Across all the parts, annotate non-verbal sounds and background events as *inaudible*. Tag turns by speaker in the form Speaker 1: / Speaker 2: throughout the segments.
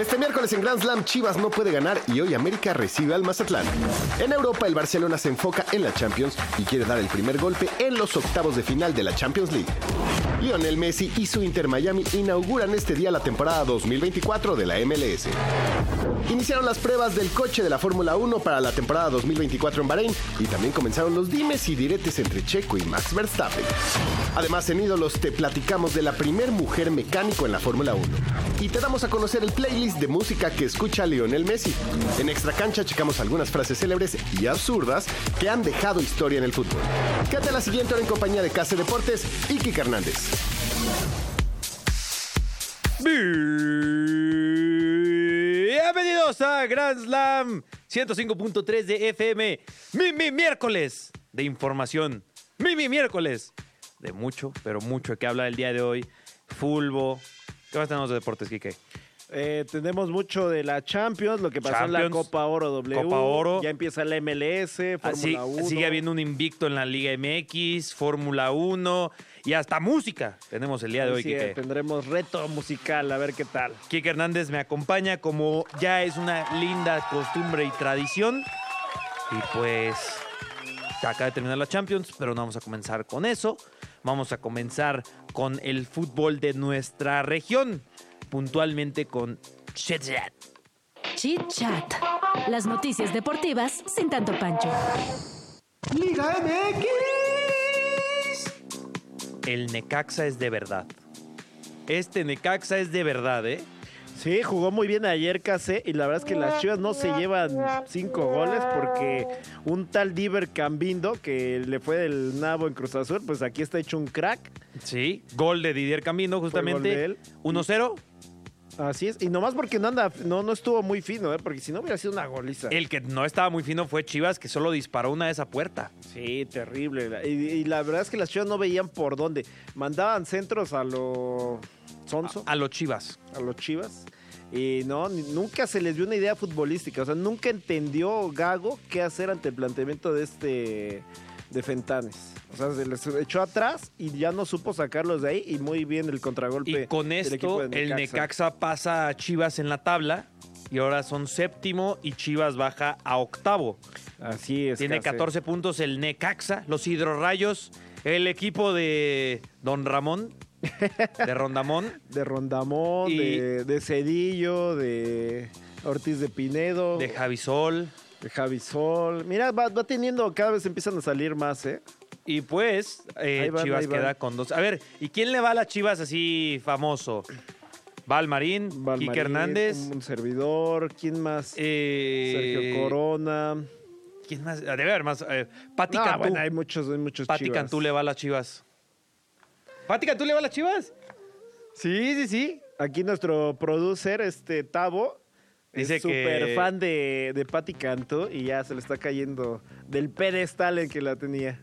Speaker 1: Este miércoles en Grand Slam Chivas no puede ganar y hoy América recibe al Mazatlán. En Europa el Barcelona se enfoca en la Champions y quiere dar el primer golpe en los octavos de final de la Champions League. Lionel Messi y su Inter Miami inauguran este día la temporada 2024 de la MLS. Iniciaron las pruebas del coche de la Fórmula 1 para la temporada 2024 en Bahrein y también comenzaron los dimes y diretes entre Checo y Max Verstappen. Además, en Ídolos te platicamos de la primer mujer mecánico en la Fórmula 1 y te damos a conocer el playlist de música que escucha Lionel Messi. En Extra Cancha checamos algunas frases célebres y absurdas que han dejado historia en el fútbol. Quédate a la siguiente hora en compañía de Case Deportes y Kike Hernández.
Speaker 2: Bienvenidos a Grand Slam 105.3 de FM. Mi, mi miércoles de información. Mi, mi miércoles de mucho, pero mucho que hablar el día de hoy. Fulbo. ¿Qué más tenemos de deportes, Quique?
Speaker 3: Eh, tenemos mucho de la Champions, lo que pasó en la
Speaker 2: Champions,
Speaker 3: Copa Oro W.
Speaker 2: Copa Oro.
Speaker 3: Ya empieza la MLS,
Speaker 2: Ah, sí,
Speaker 3: Fórmula 1.
Speaker 2: sigue habiendo un invicto en la Liga MX, Fórmula 1 y hasta música tenemos el día de hoy,
Speaker 3: Así es,
Speaker 2: Quique.
Speaker 3: tendremos reto musical, a ver qué tal.
Speaker 2: Quique Hernández me acompaña como ya es una linda costumbre y tradición. Y pues acaba de terminar la Champions, pero no vamos a comenzar con eso. Vamos a comenzar con el fútbol de nuestra región, puntualmente con Shenzhen.
Speaker 4: Chit Chat. Las noticias deportivas sin tanto pancho.
Speaker 5: Liga MX.
Speaker 2: El Necaxa es de verdad. Este Necaxa es de verdad, ¿eh?
Speaker 3: Sí, jugó muy bien ayer KC y la verdad es que las Chivas no se llevan cinco goles porque un tal Diver Cambindo que le fue del nabo en Cruz Azul, pues aquí está hecho un crack.
Speaker 2: Sí, gol de Didier Camino,
Speaker 3: gol de
Speaker 2: justamente.
Speaker 3: él.
Speaker 2: 1-0.
Speaker 3: Así es, y nomás porque no anda, no, no estuvo muy fino, ¿eh? porque si no hubiera sido una goliza.
Speaker 2: El que no estaba muy fino fue Chivas, que solo disparó una de esa puerta.
Speaker 3: Sí, terrible. La- Y, y la verdad es que las chivas no veían por dónde. Mandaban centros a lo sonso,
Speaker 2: A los Chivas.
Speaker 3: a los chivas. Y no, ni- nunca se les dio una idea futbolística. O sea, nunca entendió Gago qué hacer ante el planteamiento de este de Fentanes. O sea, se les echó atrás y ya no supo sacarlos de ahí. Y muy bien el contragolpe.
Speaker 2: Y con
Speaker 3: del equipo
Speaker 2: esto,
Speaker 3: de
Speaker 2: el Necaxa pasa a Chivas en la tabla. Y ahora son séptimo y Chivas baja a octavo.
Speaker 3: Así es.
Speaker 2: Tiene
Speaker 3: Case.
Speaker 2: 14 puntos el Necaxa, los Hidrorrayos, el equipo de Don Ramón, de Rondamón,
Speaker 3: De Rondamón,
Speaker 2: Y-
Speaker 3: de, de Cedillo, de Ortiz de Pinedo. *laughs*
Speaker 2: de Javisol.
Speaker 3: El Javi Sol. Mira, va, va teniendo, cada vez empiezan a salir más, ¿eh?
Speaker 2: Y pues, eh,
Speaker 3: Ahí van,
Speaker 2: Chivas
Speaker 3: ahí van.
Speaker 2: queda con dos. A ver, ¿y quién le va a las Chivas así famoso? Valmarín,
Speaker 3: Valmarín,
Speaker 2: Quique Hernández,
Speaker 3: Un, un servidor, ¿quién más?
Speaker 2: eh,
Speaker 3: Sergio Corona.
Speaker 2: ¿Quién más? Ah, Debe haber más. eh, Pati
Speaker 3: No,
Speaker 2: Cantú.
Speaker 3: bueno, hay muchos, hay muchos
Speaker 2: Pati
Speaker 3: chivas.
Speaker 2: Cantú le va a las Chivas. ¿Pati Cantú le va a las Chivas? Sí, sí, sí.
Speaker 3: Aquí nuestro producer, este Tavo,
Speaker 2: Dice
Speaker 3: es súper
Speaker 2: que-
Speaker 3: fan de, de Pati Cantú y ya se le está cayendo del pedestal en que la tenía.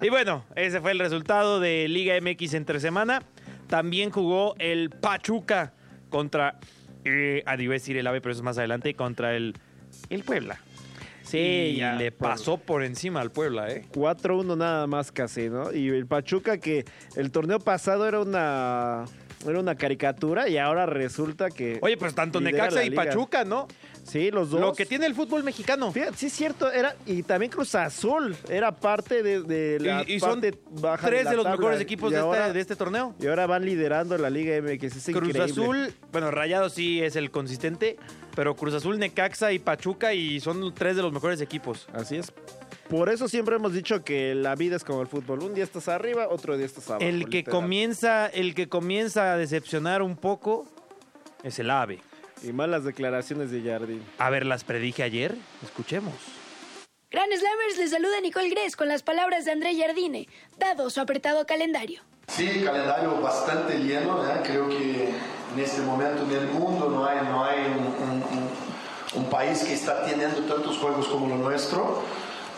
Speaker 2: Y bueno, ese fue el resultado de Liga MX entre semana. También jugó el Pachuca contra. Eh, ah, iba a decir el AVE, pero eso es más adelante. Contra el, el Puebla.
Speaker 3: Sí,
Speaker 2: y
Speaker 3: ya,
Speaker 2: le
Speaker 3: por-
Speaker 2: pasó por encima al Puebla, ¿eh?
Speaker 3: 4-1 nada más casi, ¿no? Y el Pachuca que el torneo pasado era una era una caricatura y ahora resulta que
Speaker 2: Oye, pues tanto
Speaker 3: Eh, lidera
Speaker 2: Necaxa
Speaker 3: la
Speaker 2: y
Speaker 3: liga.
Speaker 2: Pachuca, ¿no?
Speaker 3: Sí, los dos.
Speaker 2: Lo que tiene el fútbol mexicano.
Speaker 3: Fíjate, sí es cierto, era y también Cruz Azul era parte de, de la
Speaker 2: Y, y son
Speaker 3: parte baja
Speaker 2: tres
Speaker 3: la
Speaker 2: de los
Speaker 3: tabla.
Speaker 2: mejores equipos
Speaker 3: Y
Speaker 2: de, esta-
Speaker 3: ahora-
Speaker 2: de este torneo.
Speaker 3: y ahora van liderando la Liga MX, es
Speaker 2: Cruz
Speaker 3: increíble.
Speaker 2: Azul, bueno, Rayado sí es el consistente, pero Cruz Azul, Necaxa y Pachuca y son tres de los mejores equipos.
Speaker 3: Así es. Por eso siempre hemos dicho que la vida es como el fútbol, un día estás arriba, otro día estás abajo.
Speaker 2: El que
Speaker 3: literal.
Speaker 2: comienza, el que comienza a decepcionar un poco es el AVE.
Speaker 3: y malas declaraciones de Jardín.
Speaker 2: A ver, las predije ayer, escuchemos.
Speaker 6: Gran Slammers les saluda Nicole Gres con las palabras de André Jardine, dado su apretado calendario.
Speaker 7: Sí, calendario bastante lleno, ¿eh? creo que en este momento en el mundo no hay, no hay un, un- un- un país que está teniendo tantos juegos como lo nuestro.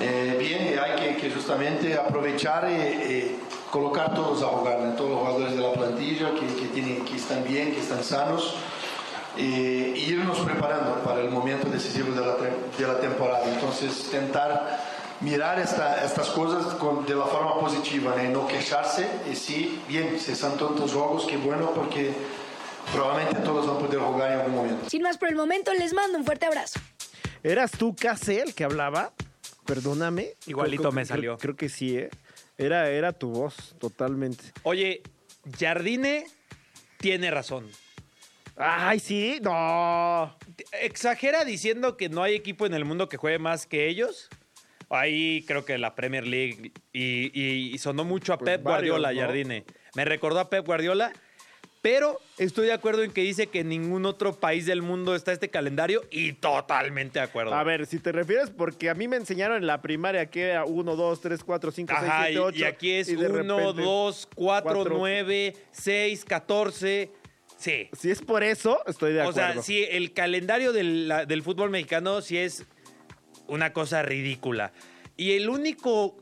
Speaker 7: Eh, bien, y hay que, que justamente aprovechar y, y colocar todos a jugar, ¿no? todos los jugadores de la plantilla que, que tienen, que están bien, que están sanos. eh, e irnos preparando para el momento decisivo de la, tre- de la temporada. Entonces, tentar mirar esta- estas cosas con- de la forma positiva, ¿no? no quejarse y sí, bien, si están tantos juegos, qué bueno, porque probablemente todos van a poder jugar en algún momento.
Speaker 6: Sin más por el momento, les mando un fuerte abrazo.
Speaker 3: ¿Eras tú, Case, el que hablaba? Perdóname.
Speaker 2: Igualito
Speaker 3: Creo-
Speaker 2: me
Speaker 3: creo-
Speaker 2: salió.
Speaker 3: Creo que sí, ¿eh? Era, era tu voz, totalmente.
Speaker 2: Oye, Jardine tiene razón.
Speaker 3: ¡Ay, sí! ¡No!
Speaker 2: Exagera diciendo que no hay equipo en el mundo que juegue más que ellos. Ahí creo que la Premier League y, y- y sonó mucho a
Speaker 3: Pues
Speaker 2: Pep
Speaker 3: varios,
Speaker 2: Guardiola,
Speaker 3: ¿no?
Speaker 2: Jardine. Me recordó a Pep Guardiola, pero estoy de acuerdo en que dice que en ningún otro país del mundo está este calendario y totalmente de acuerdo.
Speaker 3: A ver, si te refieres, porque a mí me enseñaron en la primaria que era 1, 2, 3, 4, 5, 6,
Speaker 2: Ajá,
Speaker 3: 7,
Speaker 2: y,
Speaker 3: 8.
Speaker 2: y aquí es 1, 2, 4,
Speaker 3: cuatro.
Speaker 2: 9, 6, 14. Sí.
Speaker 3: Si es por eso, estoy de
Speaker 2: O
Speaker 3: acuerdo.
Speaker 2: sea, sí, el calendario del, la- del fútbol mexicano sí es una cosa ridícula. Y el único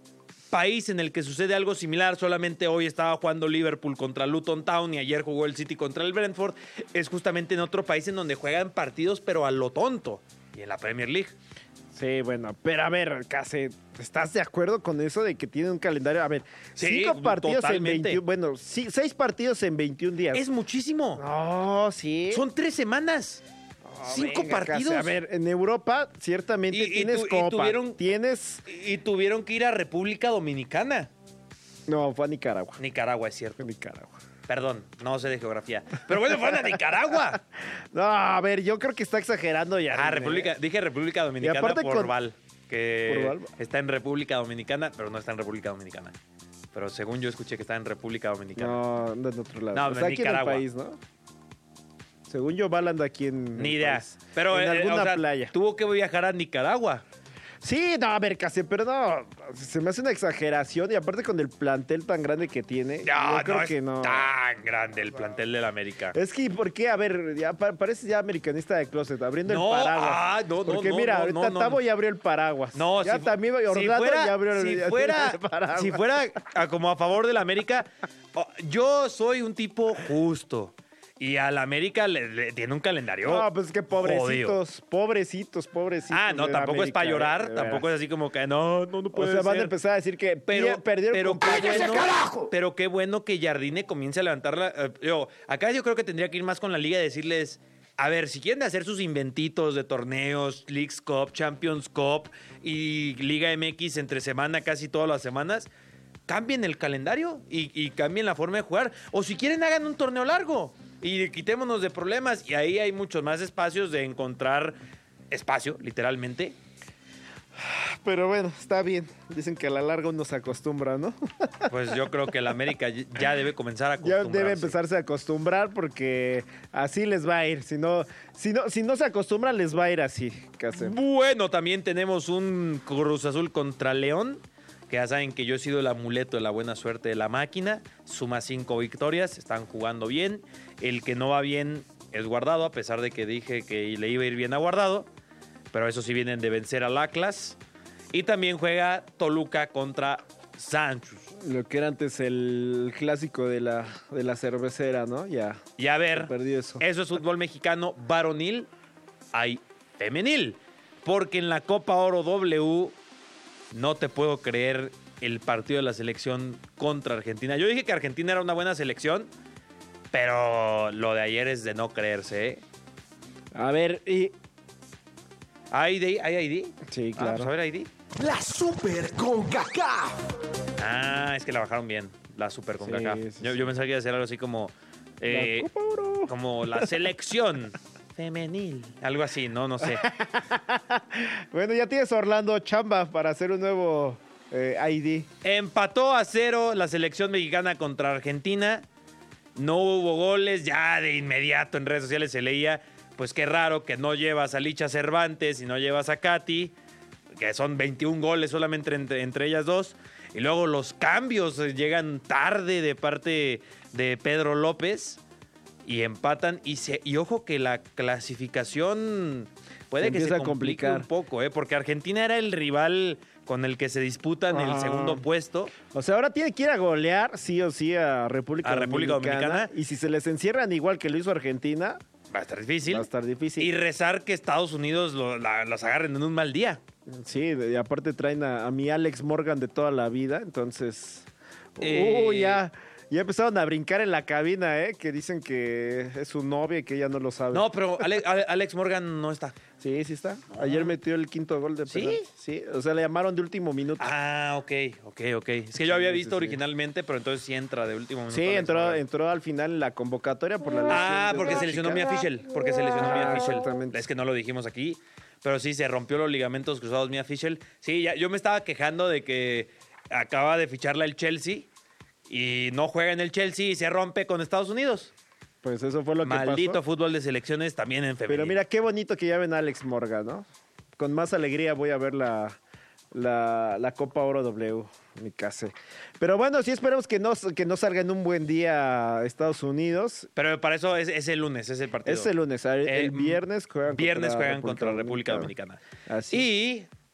Speaker 2: país en el que sucede algo similar, solamente hoy estaba jugando Liverpool contra Luton Town y ayer jugó el City contra el Brentford, es justamente en otro país en donde juegan partidos pero a lo tonto. Y en la Premier League.
Speaker 3: Sí, bueno, pero a ver, Case, ¿estás de acuerdo con eso de que tiene un calendario? A ver,
Speaker 2: Sí,
Speaker 3: cinco partidos en
Speaker 2: totalmente.
Speaker 3: 21, bueno, sí, seis partidos en 21 días.
Speaker 2: Es muchísimo.
Speaker 3: No, sí.
Speaker 2: Son tres semanas.
Speaker 3: No,
Speaker 2: cinco
Speaker 3: venga, Case,
Speaker 2: partidos.
Speaker 3: A ver, en Europa ciertamente
Speaker 2: Y- y
Speaker 3: tienes
Speaker 2: tu- y
Speaker 3: copa,
Speaker 2: tuvieron-
Speaker 3: tienes...
Speaker 2: Y tuvieron que ir a República Dominicana.
Speaker 3: No, fue a Nicaragua.
Speaker 2: Nicaragua, es cierto.
Speaker 3: Fue a Nicaragua.
Speaker 2: Perdón, no sé de geografía. Pero bueno, fueron a Nicaragua.
Speaker 3: No, a ver, yo creo que está exagerando ¿eh? ya.
Speaker 2: Ah,
Speaker 3: René.
Speaker 2: República, dije República Dominicana
Speaker 3: aparte
Speaker 2: por
Speaker 3: con-
Speaker 2: Val, que
Speaker 3: por Val.
Speaker 2: está en República Dominicana, pero no está en República Dominicana. Pero según yo escuché que está en República Dominicana.
Speaker 3: No, anda en otro lado.
Speaker 2: No,
Speaker 3: está
Speaker 2: en
Speaker 3: aquí en el
Speaker 2: Nicaragua.
Speaker 3: país, ¿no? Según yo, Val anda aquí en...
Speaker 2: Ni
Speaker 3: el
Speaker 2: idea.
Speaker 3: país.
Speaker 2: Pero
Speaker 3: en
Speaker 2: eh,
Speaker 3: alguna
Speaker 2: o sea,
Speaker 3: playa.
Speaker 2: tuvo que viajar a Nicaragua.
Speaker 3: Sí, no, a ver, casi, pero no, se me hace una exageración y aparte con el plantel tan grande que tiene,
Speaker 2: No,
Speaker 3: yo creo
Speaker 2: no
Speaker 3: que
Speaker 2: es
Speaker 3: no.
Speaker 2: tan grande el plantel del América.
Speaker 3: Es que, ¿por qué? A ver, ya pa- pareces ya americanista de closet, abriendo
Speaker 2: No,
Speaker 3: el paraguas.
Speaker 2: ah, no, no,
Speaker 3: Porque
Speaker 2: no,
Speaker 3: mira,
Speaker 2: no,
Speaker 3: ahorita
Speaker 2: no, no.
Speaker 3: Tavo ya abrió el paraguas.
Speaker 2: No,
Speaker 3: ya
Speaker 2: fu-
Speaker 3: también Orlando
Speaker 2: fuera,
Speaker 3: ya abrió
Speaker 2: si
Speaker 3: ya abrió
Speaker 2: fuera,
Speaker 3: *laughs* el paraguas.
Speaker 2: si fuera a- como a favor del América, oh, yo soy un tipo justo. Y al América le, le tiene un calendario.
Speaker 3: No, pues que
Speaker 2: jodido.
Speaker 3: pobrecitos, pobrecitos, pobrecitos.
Speaker 2: Ah, no,
Speaker 3: del
Speaker 2: tampoco es
Speaker 3: América,
Speaker 2: para
Speaker 3: eh,
Speaker 2: llorar,
Speaker 3: de
Speaker 2: tampoco es
Speaker 3: veras.
Speaker 2: así como que no, no, no
Speaker 3: O
Speaker 2: puede
Speaker 3: sea, van a
Speaker 2: ser.
Speaker 3: empezar a decir que
Speaker 2: Pero,
Speaker 3: pie- perdieron
Speaker 2: pero,
Speaker 3: con
Speaker 2: qué
Speaker 3: Puebla.
Speaker 2: bueno- pero qué bueno que Jardine comience a levantar la. eh, yo, acá yo creo que tendría que ir más con la liga y decirles. A ver, si quieren hacer sus inventitos de torneos, Leagues Cup, Champions Cup y Liga MX entre semana, casi todas las semanas, cambien el calendario y, y cambien la forma de jugar. O si quieren, hagan un torneo largo y quitémonos de problemas. Y ahí hay muchos más espacios de encontrar espacio, literalmente,
Speaker 3: Pero bueno, está bien. Dicen que a la larga uno se acostumbra, ¿no? *laughs*
Speaker 2: Pues yo creo que el América ya debe comenzar a
Speaker 3: Ya
Speaker 2: acostumbrarse.
Speaker 3: debe empezarse a acostumbrar porque así les va a ir. Si no, si no, si no se acostumbran, les va a ir así. ¿Qué hacen?
Speaker 2: Bueno, también tenemos un Cruz Azul contra León. Que ya saben que yo he sido el amuleto de la buena suerte de la máquina. Suma cinco victorias, están jugando bien. El que no va bien es guardado, a pesar de que dije que le iba a ir bien a guardado. Pero eso sí vienen de vencer al Atlas. Y también juega Toluca contra Santos.
Speaker 3: Lo que era antes el clásico de la, de la cervecera, ¿no? Ya.
Speaker 2: Y a ver,
Speaker 3: Perdí eso.
Speaker 2: es fútbol mexicano varonil, hay femenil. Porque en la Copa Oro W, no te puedo creer el partido de la selección contra Argentina. Yo dije que Argentina era una buena selección, pero lo de ayer es de no creerse. ¿eh?
Speaker 3: A ver, y.
Speaker 2: ¿Hay ID? ¿Hay ID?
Speaker 3: Sí,
Speaker 2: Ah, pues a
Speaker 3: claro.
Speaker 2: ver, ID.
Speaker 5: La Super con Kaká.
Speaker 2: Ah, es que la bajaron bien, la Super con
Speaker 3: Sí, sí,
Speaker 2: yo,
Speaker 3: sí.
Speaker 2: yo pensaba que iba a ser algo así como... eh,
Speaker 3: La Copa Oro.
Speaker 2: como la
Speaker 3: *laughs*
Speaker 2: selección femenil. Algo así, no, no sé.
Speaker 3: Bueno, ya tienes a Orlando Chamba para hacer un nuevo eh, ID.
Speaker 2: Empató a cero la selección mexicana contra Argentina. No hubo goles. Ya de inmediato en redes sociales se leía, pues qué raro que no llevas a Licha Cervantes y no llevas a Katy, que son 21 goles solamente entre, entre ellas dos. Y luego los cambios eh, llegan tarde de parte de Pedro López y empatan. Y, se- y ojo que la clasificación puede
Speaker 3: Se
Speaker 2: que se
Speaker 3: empieza a
Speaker 2: complique
Speaker 3: complicar.
Speaker 2: un poco, ¿eh? porque Argentina era el rival con el que se disputan el
Speaker 3: Ah.
Speaker 2: segundo puesto.
Speaker 3: O sea, ahora tiene que ir a golear sí o sí a República
Speaker 2: A
Speaker 3: Dominicana.
Speaker 2: República Dominicana.
Speaker 3: Y si se les encierran igual que lo hizo Argentina,
Speaker 2: Va a estar difícil.
Speaker 3: Va a estar difícil.
Speaker 2: Y rezar que Estados Unidos lo- la- las agarren en un mal día.
Speaker 3: Sí, de- y aparte traen a, a mi Alex Morgan de toda la vida, entonces...
Speaker 2: Eh.
Speaker 3: Uy, ya, ya empezaron a brincar en la cabina, ¿eh? Que dicen que es su novia y que ella no lo sabe.
Speaker 2: No, pero Ale- Ale- Alex Morgan no está.
Speaker 3: Sí, sí está. Ayer metió el quinto gol de
Speaker 2: Ah. ¿Sí?
Speaker 3: penal. Sí, o sea, le llamaron de último minuto.
Speaker 2: Ah, ok, ok, ok. Es que yo había
Speaker 3: sí,
Speaker 2: visto
Speaker 3: sí.
Speaker 2: originalmente, pero entonces sí entra de último minuto.
Speaker 3: sí,
Speaker 2: Alex
Speaker 3: entró,
Speaker 2: Morgan.
Speaker 3: entró al final en la convocatoria por
Speaker 2: Ah,
Speaker 3: la lesión de
Speaker 2: porque
Speaker 3: esta
Speaker 2: se lesionó
Speaker 3: chica.
Speaker 2: Mia Fischel. Porque se lesionó Mia
Speaker 3: Ah,
Speaker 2: Fischel.
Speaker 3: exactamente.
Speaker 2: Es que no lo dijimos aquí. Pero sí, se rompió los ligamentos cruzados Mia Fischel. Sí, ya, yo me estaba quejando de que acaba de ficharla el Chelsea y no juega en el Chelsea y se rompe con Estados Unidos.
Speaker 3: Pues eso fue lo que
Speaker 2: Maldito
Speaker 3: pasó.
Speaker 2: fútbol de selecciones también en femenil.
Speaker 3: Pero mira, qué bonito que llamen a Alex Morgan, ¿no? Con más alegría voy a ver la, la, la Copa Oro W, mi casa. Pero bueno, sí esperemos que no, que no salga en un buen día a Estados Unidos.
Speaker 2: Pero para eso es, es el lunes, es el partido.
Speaker 3: Es el lunes, ah, el- el viernes juegan
Speaker 2: Viernes
Speaker 3: contra
Speaker 2: juegan
Speaker 3: República
Speaker 2: contra República
Speaker 3: Dominicana.
Speaker 2: Dominicana.
Speaker 3: Así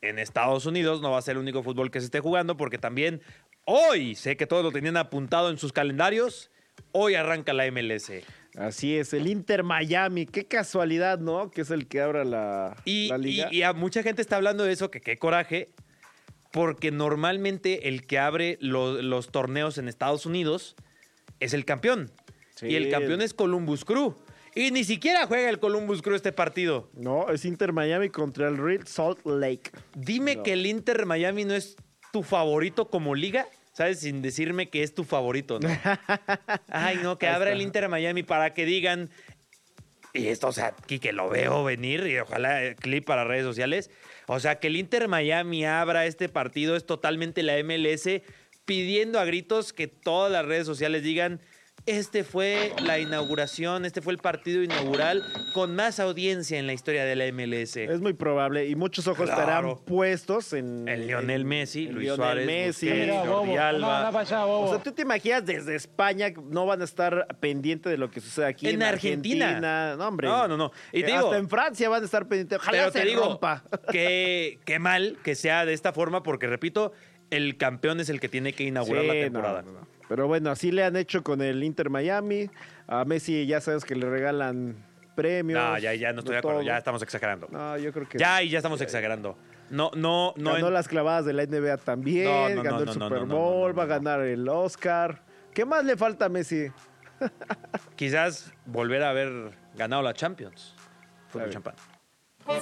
Speaker 2: y en Estados Unidos no va a ser el único fútbol que se esté jugando porque también hoy, sé que todos lo tenían apuntado en sus calendarios, hoy arranca la MLS.
Speaker 3: Así es, el Inter Miami. Qué casualidad, ¿no? Que es el que abra la,
Speaker 2: Y,
Speaker 3: la
Speaker 2: y-
Speaker 3: liga.
Speaker 2: y a mucha gente está hablando de eso, que qué coraje, porque normalmente el que abre lo- los torneos en Estados Unidos es el campeón.
Speaker 3: Sí.
Speaker 2: Y el campeón es Columbus Crew. Y ni siquiera juega el Columbus Crew este partido.
Speaker 3: No, es Inter Miami contra el Real Salt Lake.
Speaker 2: Dime que el Inter Miami no es tu favorito como liga, ¿sabes? Sin decirme que es tu favorito, ¿no? Ay, no, que abra el Inter Miami para que digan. Y esto, o sea, aquí que lo veo venir y ojalá eh, clip para redes sociales. O sea, que el Inter Miami abra este partido es totalmente la MLS pidiendo a gritos que todas las redes sociales digan. Este fue la inauguración, este fue el partido inaugural con más audiencia en la historia de la MLS.
Speaker 3: Es muy probable y muchos ojos
Speaker 2: Claro.
Speaker 3: estarán puestos en
Speaker 2: El Lionel Messi,
Speaker 3: en
Speaker 2: Luis
Speaker 3: Mm, Lionel
Speaker 2: Suárez,
Speaker 3: Messi.
Speaker 2: Busquets, Jordi Alba.
Speaker 3: O sea, tú te imaginas desde España no van a estar pendientes de lo que sucede aquí en,
Speaker 2: En Argentina.
Speaker 3: No, hombre.
Speaker 2: No, no, no. Y te
Speaker 3: Eh,
Speaker 2: digo-
Speaker 3: hasta en Francia van a estar pendientes. Ojalá
Speaker 2: Pero
Speaker 3: se
Speaker 2: te digo, *laughs*
Speaker 3: rompa.
Speaker 2: Qué, qué mal que sea de esta forma, porque repito, el campeón es el que tiene que inaugurar la
Speaker 3: Sí, no,
Speaker 2: temporada.
Speaker 3: no, no. Pero bueno, así le han hecho con el Inter Miami. A Messi ya sabes que le regalan premios.
Speaker 2: No, ya, ya no estoy de acuerdo,
Speaker 3: todo.
Speaker 2: ya estamos exagerando.
Speaker 3: No, yo creo que
Speaker 2: ya, y ya estamos exagerando. No, no, no.
Speaker 3: ganó
Speaker 2: en-
Speaker 3: las clavadas de la NBA también,
Speaker 2: No, no, no,
Speaker 3: ganó el
Speaker 2: no, no,
Speaker 3: Super
Speaker 2: no, no,
Speaker 3: Bowl,
Speaker 2: no, no,
Speaker 3: va a
Speaker 2: no.
Speaker 3: ganar el Oscar. ¿Qué más le falta a Messi?
Speaker 2: Quizás volver a haber ganado la Champions. Fútbol
Speaker 3: bien.
Speaker 2: champán.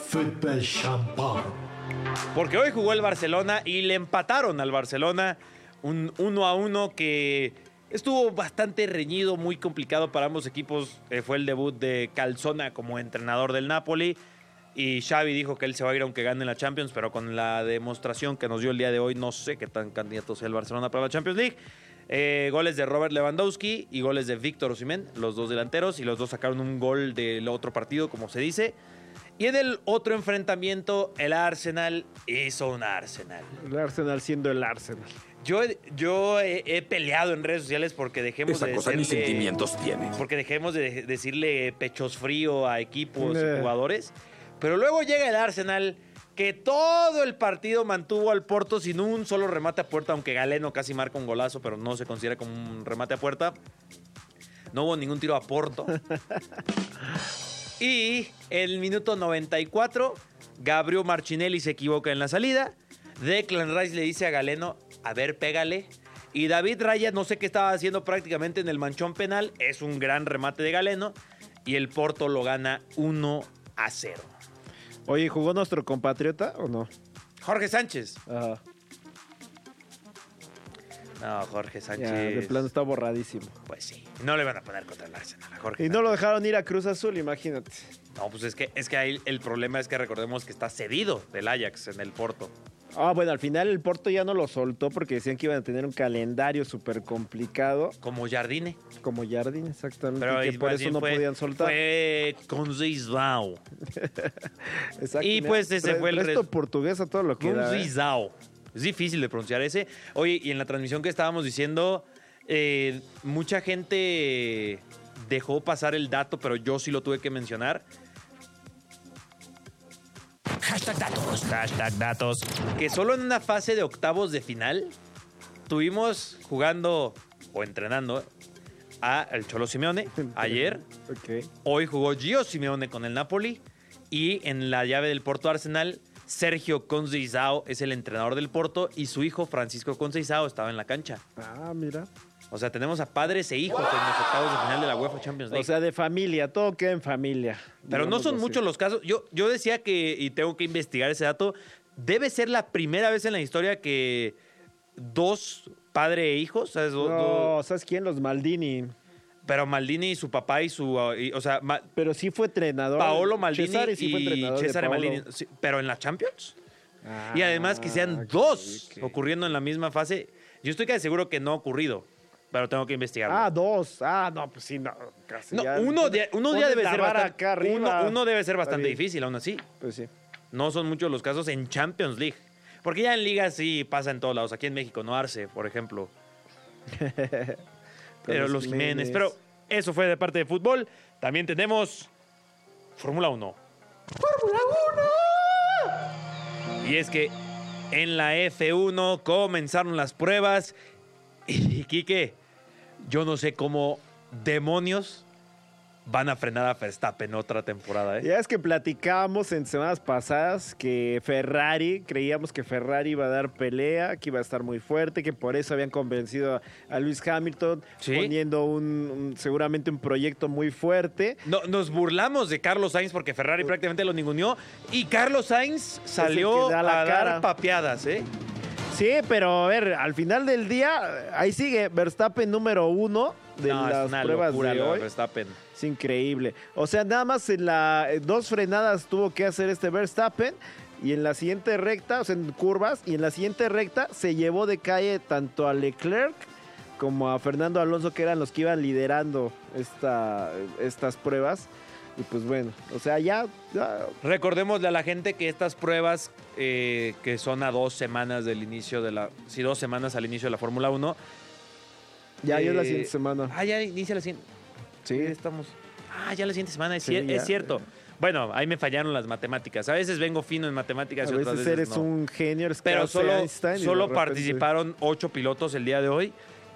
Speaker 5: Fútbol champán.
Speaker 2: Porque hoy jugó el Barcelona y le empataron al Barcelona un 1 a 1 que estuvo bastante reñido, muy complicado para ambos equipos. Eh, fue el debut de Calzona como entrenador del Napoli. Y Xavi dijo que él se va a ir aunque gane la Champions, pero con la demostración que nos dio el día de hoy, no sé qué tan candidato sea el Barcelona para la Champions League. Eh, goles de Robert Lewandowski y goles de Víctor Osimhen, los dos delanteros, y los dos sacaron un gol del otro partido, como se dice. Y en el otro enfrentamiento, el Arsenal hizo un Arsenal.
Speaker 3: El Arsenal siendo el Arsenal.
Speaker 2: Yo, he- yo he, he peleado en redes sociales porque dejemos
Speaker 5: Esa
Speaker 2: de
Speaker 5: cosa ni
Speaker 2: decirle-
Speaker 5: sentimientos tiene.
Speaker 2: Porque dejemos de decirle pechos frío a equipos
Speaker 3: Eh.
Speaker 2: y jugadores. Pero luego llega el Arsenal que todo el partido mantuvo al Porto sin un solo remate a puerta, aunque Galeno casi marca un golazo, pero no se considera como un remate a puerta. No hubo ningún tiro a Porto. Y el minuto 94, Gabriel Marchinelli se equivoca en la salida. Declan Rice le dice a Galeno, a ver, pégale. Y David Raya, no sé qué estaba haciendo prácticamente en el manchón penal. Es un gran remate de Galeno. Y el Porto lo gana 1 a 0.
Speaker 3: Oye, ¿jugó nuestro compatriota o no?
Speaker 2: Jorge Sánchez.
Speaker 3: Ajá.
Speaker 2: No, Jorge Sánchez.
Speaker 3: Ya, de plano está borradísimo.
Speaker 2: Pues sí. No le van a poner contra el Arsenal a Jorge.
Speaker 3: Y no lo dejaron ir a Cruz Azul, imagínate.
Speaker 2: Sánchez. No, pues es que, es que ahí el problema es que recordemos que está cedido del Ajax en el Porto.
Speaker 3: Ah, bueno, al final el Porto ya no lo soltó porque decían que iban a tener un calendario súper complicado,
Speaker 2: Como Jardine.
Speaker 3: como Jardín, exactamente,
Speaker 2: Pero
Speaker 3: y
Speaker 2: es
Speaker 3: que por
Speaker 2: más
Speaker 3: eso
Speaker 2: bien
Speaker 3: no
Speaker 2: fue-
Speaker 3: podían soltar.
Speaker 2: Fue con Zizao.
Speaker 3: Exacto,
Speaker 2: y
Speaker 3: mira,
Speaker 2: pues ese
Speaker 3: pre-
Speaker 2: fue el
Speaker 3: presto
Speaker 2: res-
Speaker 3: portugués a todo lo que
Speaker 2: Con
Speaker 3: da, ¿eh?
Speaker 2: Zizao. Es difícil de pronunciar ese. Oye, y en la transmisión que estábamos diciendo, eh, mucha gente dejó pasar el dato, pero yo sí lo tuve que mencionar. Hashtag datos. Hashtag datos. Que solo en una fase de octavos de final tuvimos jugando o entrenando a el Cholo
Speaker 3: *laughs*
Speaker 2: Simeone ayer.
Speaker 3: Ok.
Speaker 2: Hoy jugó Gio Simeone con el Napoli. Y en la llave del Porto Arsenal, Sergio Conceizao es el entrenador del Porto y su hijo Francisco Conceizao estaba en la cancha.
Speaker 3: Ah, mira.
Speaker 2: O sea, tenemos a padres e hijos en los octavos de final de la UEFA Champions League.
Speaker 3: O sea, de familia, todo queda en familia.
Speaker 2: Pues Pero no
Speaker 3: digámoslo
Speaker 2: son
Speaker 3: así.
Speaker 2: muchos los casos. Yo, yo decía que, y tengo que investigar ese dato, debe ser la primera vez en la historia que dos padre e hijos, ¿sabes? Do- do-
Speaker 3: No, ¿sabes quién? Los Maldini.
Speaker 2: pero Maldini y su papá y su... y- o sea, Ma-
Speaker 3: Pero sí fue entrenador.
Speaker 2: Paolo Maldini
Speaker 3: Cesare sí fue
Speaker 2: y
Speaker 3: entrenador de
Speaker 2: Cesare
Speaker 3: Paolo.
Speaker 2: Maldini. Sí, pero en la Champions.
Speaker 3: Ah,
Speaker 2: y además que sean
Speaker 3: ok,
Speaker 2: dos
Speaker 3: ok.
Speaker 2: ocurriendo en la misma fase. Yo estoy casi seguro que no ha ocurrido, pero tengo que investigarlo.
Speaker 3: Ah, dos. Ah, no, pues sí, no. Casi
Speaker 2: No,
Speaker 3: ya.
Speaker 2: uno, de- uno ya
Speaker 3: Pones
Speaker 2: debe
Speaker 3: la
Speaker 2: ser
Speaker 3: vara
Speaker 2: bastante,
Speaker 3: acá arriba.
Speaker 2: uno- uno debe ser
Speaker 3: Está
Speaker 2: bastante
Speaker 3: bien.
Speaker 2: difícil, aún así.
Speaker 3: Pues sí.
Speaker 2: No son muchos los casos en Champions League. Porque ya en ligas sí pasa en todos lados. Aquí en México, no Arce, por *laughs* ejemplo. Pero los Jiménez. Pero eso fue de parte de fútbol. También tenemos Fórmula 1. ¡Fórmula 1! Y es que en la F1 comenzaron las pruebas. *laughs* Y Quique, yo no sé cómo demonios van a frenar a Verstappen otra temporada. ¿eh?
Speaker 3: Ya es que platicábamos en semanas pasadas que Ferrari, creíamos que Ferrari iba a dar pelea, que iba a estar muy fuerte, que por eso habían convencido a, a Lewis Hamilton
Speaker 2: Sí.
Speaker 3: poniendo un, un- seguramente un proyecto muy fuerte.
Speaker 2: No, nos burlamos de Carlos Sainz porque Ferrari prácticamente lo ninguneó y Carlos Sainz salió
Speaker 3: que da la
Speaker 2: a dar
Speaker 3: cara.
Speaker 2: papeadas, ¿eh?
Speaker 3: Sí, pero a ver, al final del día, ahí sigue Verstappen número uno de
Speaker 2: No,
Speaker 3: las
Speaker 2: es una
Speaker 3: pruebas
Speaker 2: locura
Speaker 3: de
Speaker 2: lo de
Speaker 3: hoy.
Speaker 2: Verstappen.
Speaker 3: Es increíble. O sea, nada más en la eh, dos frenadas tuvo que hacer este Verstappen y en la siguiente recta, o sea, en curvas y en la siguiente recta se llevó de calle tanto a Leclerc como a Fernando Alonso que eran los que iban liderando esta, estas pruebas. Y pues bueno, o sea, ya, ya,
Speaker 2: Recordémosle a la gente que estas pruebas, eh, que son a dos semanas del inicio de la. Sí, dos semanas al inicio de la Fórmula 1.
Speaker 3: ya es la
Speaker 2: eh,
Speaker 3: siguiente semana.
Speaker 2: Ah, ya inicia la siguiente.
Speaker 3: Sí.
Speaker 2: Ya estamos. Ah, ya la siguiente semana, es,
Speaker 3: Sí,
Speaker 2: cier- es
Speaker 3: ya.
Speaker 2: cierto. Bueno, ahí me fallaron las matemáticas. A veces vengo fino en matemáticas
Speaker 3: A
Speaker 2: y otras
Speaker 3: veces
Speaker 2: veces,
Speaker 3: eres
Speaker 2: no.
Speaker 3: un genio, eres
Speaker 2: Pero
Speaker 3: Carl
Speaker 2: solo,
Speaker 3: Einstein y de
Speaker 2: solo
Speaker 3: repente-
Speaker 2: participaron ocho pilotos el día de hoy.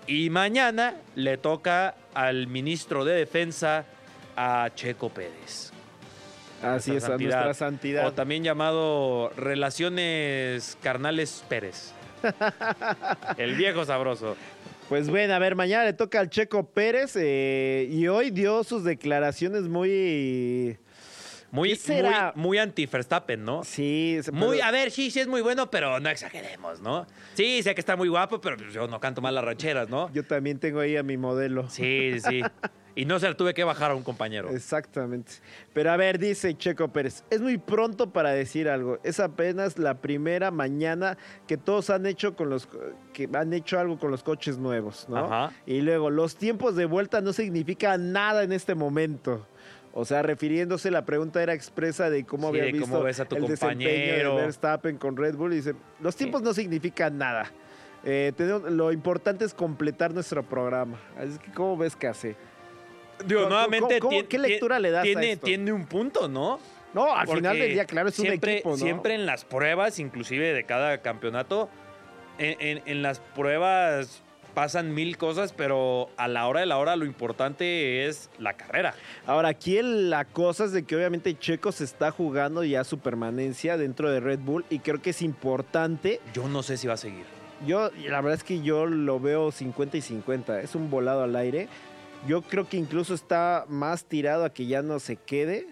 Speaker 2: Y mañana le toca al ministro de Defensa, a Checo Pérez.
Speaker 3: Así es, a nuestra santidad.
Speaker 2: O también llamado Relaciones Carnales
Speaker 3: *laughs*
Speaker 2: Pérez. el viejo sabroso.
Speaker 3: Pues bueno, a ver, mañana le toca al Checo Pérez eh, y hoy dio sus declaraciones muy...
Speaker 2: Muy,
Speaker 3: ¿Qué será?
Speaker 2: muy, muy anti-Verstappen, ¿no?
Speaker 3: Sí, se-
Speaker 2: Muy,
Speaker 3: pero-
Speaker 2: a ver, sí, sí es muy bueno, pero no exageremos, ¿no? Sí, sé que está muy guapo, pero pues, yo no canto mal las rancheras, ¿no?
Speaker 3: Yo también tengo ahí a mi modelo.
Speaker 2: Sí, sí, sí. Y no se la tuve que bajar a un
Speaker 3: *laughs*
Speaker 2: compañero.
Speaker 3: Exactamente. Pero a ver, dice Checo Pérez, es muy pronto para decir algo. Es apenas la primera mañana que todos han hecho con los co- que han hecho algo con los coches nuevos, ¿no?
Speaker 2: Ajá.
Speaker 3: Y luego, los tiempos de vuelta no significan nada en este momento. O sea, refiriéndose, la pregunta era expresa de cómo
Speaker 2: Sí,
Speaker 3: había
Speaker 2: de
Speaker 3: visto
Speaker 2: cómo ves a tu
Speaker 3: el desempeño
Speaker 2: compañero.
Speaker 3: de Verstappen con Red Bull. Y dice, los tiempos no significan nada. Eh, tenemos- lo importante es completar nuestro programa. Así que, ¿cómo ves que hace?
Speaker 2: Digo,
Speaker 3: ¿Cómo-
Speaker 2: nuevamente.
Speaker 3: cómo-
Speaker 2: tien-
Speaker 3: qué
Speaker 2: tien-
Speaker 3: lectura le das a
Speaker 2: Tiene,
Speaker 3: esto?
Speaker 2: tiene un punto, ¿no?
Speaker 3: No, al final
Speaker 2: Porque
Speaker 3: del día, claro, es
Speaker 2: siempre,
Speaker 3: un equipo, ¿no?
Speaker 2: Siempre en las pruebas, inclusive de cada campeonato, en, en- en las pruebas pasan mil cosas, pero a la hora de la hora lo importante es la carrera.
Speaker 3: Ahora, aquí el- la cosa es de que obviamente Checo se está jugando ya su permanencia dentro de Red Bull y creo que es importante.
Speaker 2: Yo no sé si va a seguir.
Speaker 3: Yo, la verdad es que yo lo veo 50 y 50, es un volado al aire. Yo creo que incluso está más tirado a que ya no se quede,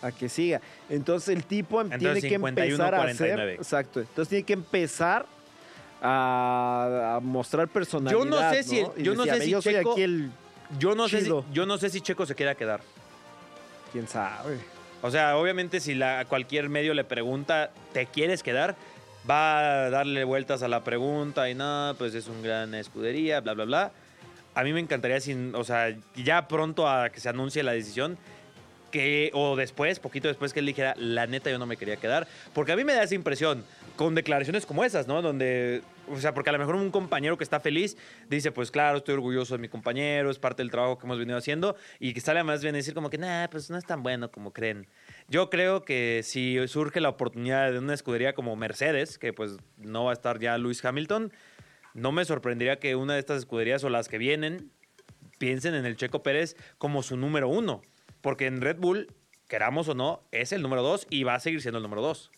Speaker 3: a que siga. Entonces el tipo em-
Speaker 2: Entonces,
Speaker 3: tiene que
Speaker 2: 51,
Speaker 3: empezar a
Speaker 2: 49.
Speaker 3: hacer... Exacto, entonces tiene que empezar... A, a mostrar personalidad.
Speaker 2: Yo no sé si el-
Speaker 3: Y
Speaker 2: yo no sé
Speaker 3: decir, "A ver,
Speaker 2: si
Speaker 3: yo soy
Speaker 2: Checo-
Speaker 3: aquí el
Speaker 2: Yo no, sé si,
Speaker 3: Chido.
Speaker 2: yo no sé si Checo se quiera quedar.
Speaker 3: quién sabe.
Speaker 2: O sea, obviamente si la, cualquier medio le pregunta, ¿te quieres quedar? Va a darle vueltas a la pregunta y nada, pues es un gran escudería, bla, bla, bla. A mí me encantaría, sin, o sea, ya pronto a que se anuncie la decisión, que, o después, poquito después que él dijera, la neta yo no me quería quedar, porque a mí me da esa impresión, con declaraciones como esas, ¿no? Donde, o sea, porque a lo mejor un compañero que está feliz dice, pues claro, estoy orgulloso de mi compañero, es parte del trabajo que hemos venido haciendo, y que sale más bien a decir como que, nah, pues no es tan bueno como creen. Yo creo que si surge la oportunidad de una escudería como Mercedes, que pues no va a estar ya Lewis Hamilton, no me sorprendería que una de estas escuderías o las que vienen piensen en el Checo Pérez como su número uno, porque en Red Bull, queramos o no, es el número dos y va a seguir siendo el número dos.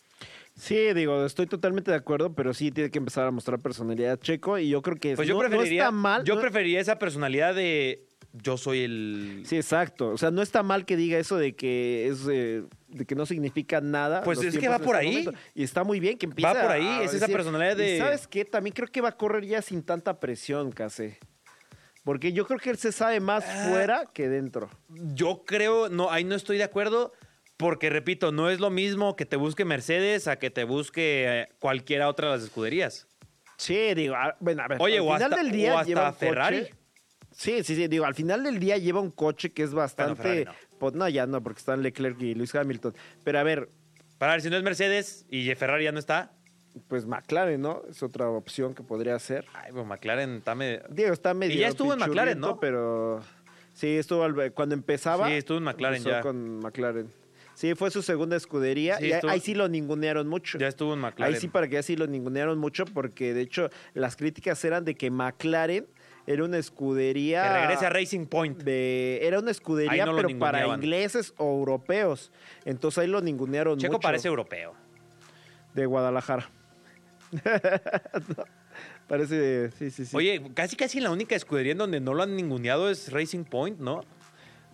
Speaker 3: Sí, digo, estoy totalmente de acuerdo, pero sí tiene que empezar a mostrar personalidad Checo y yo creo que
Speaker 2: Pues
Speaker 3: no,
Speaker 2: yo
Speaker 3: no
Speaker 2: preferiría,
Speaker 3: está mal.
Speaker 2: yo
Speaker 3: no-
Speaker 2: preferiría esa personalidad de yo soy el...
Speaker 3: Sí, exacto. O sea, no está mal que diga eso de que es eh, de que no significa nada.
Speaker 2: Pues
Speaker 3: los
Speaker 2: es que
Speaker 3: tiempos
Speaker 2: va
Speaker 3: en
Speaker 2: por
Speaker 3: este
Speaker 2: ahí.
Speaker 3: Y está muy bien que empiece.
Speaker 2: por
Speaker 3: a-
Speaker 2: ahí,
Speaker 3: a
Speaker 2: es esa personalidad
Speaker 3: "¿Y
Speaker 2: de-
Speaker 3: ¿Sabes qué? También creo que va a correr ya sin tanta presión, casi. Porque yo creo que él se sabe más
Speaker 2: Ah.
Speaker 3: fuera que dentro.
Speaker 2: Yo creo, no, ahí no estoy de acuerdo, porque repito, no es lo mismo que te busque Mercedes a que te busque eh, cualquiera otra de las escuderías.
Speaker 3: Sí, digo, a- bueno, a ver,
Speaker 2: Oye,
Speaker 3: al
Speaker 2: o
Speaker 3: final
Speaker 2: hasta-
Speaker 3: del día
Speaker 2: o hasta
Speaker 3: lleva un
Speaker 2: Ferrari.
Speaker 3: coche- sí, sí, sí, digo, al final del día lleva un coche que es bastante...
Speaker 2: Ferrari no.
Speaker 3: Pues no, ya no, porque están Leclerc y Luis Hamilton. Pero a ver,
Speaker 2: Para ver, si no es Mercedes y Ferrari ya no está,
Speaker 3: pues McLaren, ¿no? Es otra opción que podría ser.
Speaker 2: ay, pues McLaren, dame...
Speaker 3: Diego está medio.
Speaker 2: Y ya estuvo en McLaren,
Speaker 3: pichurriento,
Speaker 2: ¿no?
Speaker 3: Pero. Sí, estuvo al- cuando empezaba.
Speaker 2: Sí, estuvo en McLaren
Speaker 3: empezó
Speaker 2: ya.
Speaker 3: con McLaren. Sí, fue su segunda escudería
Speaker 2: Sí,
Speaker 3: y ahí-
Speaker 2: estuvo-
Speaker 3: ahí sí lo ningunearon mucho.
Speaker 2: Ya estuvo en McLaren.
Speaker 3: Ahí sí, para que ya sí lo ningunearon mucho porque de hecho las críticas eran de que McLaren era una escudería.
Speaker 2: Que regrese a Racing Point.
Speaker 3: de- era una
Speaker 2: Ahí
Speaker 3: escudería,
Speaker 2: no lo
Speaker 3: pero para
Speaker 2: ninguneaban.
Speaker 3: ingleses o europeos. Entonces ahí lo ningunearon
Speaker 2: Checo
Speaker 3: mucho.
Speaker 2: parece europeo.
Speaker 3: De Guadalajara. *laughs* No, parece. de- Sí, sí, sí.
Speaker 2: Oye, casi casi la única escudería en donde no lo han ninguneado es Racing Point, ¿no?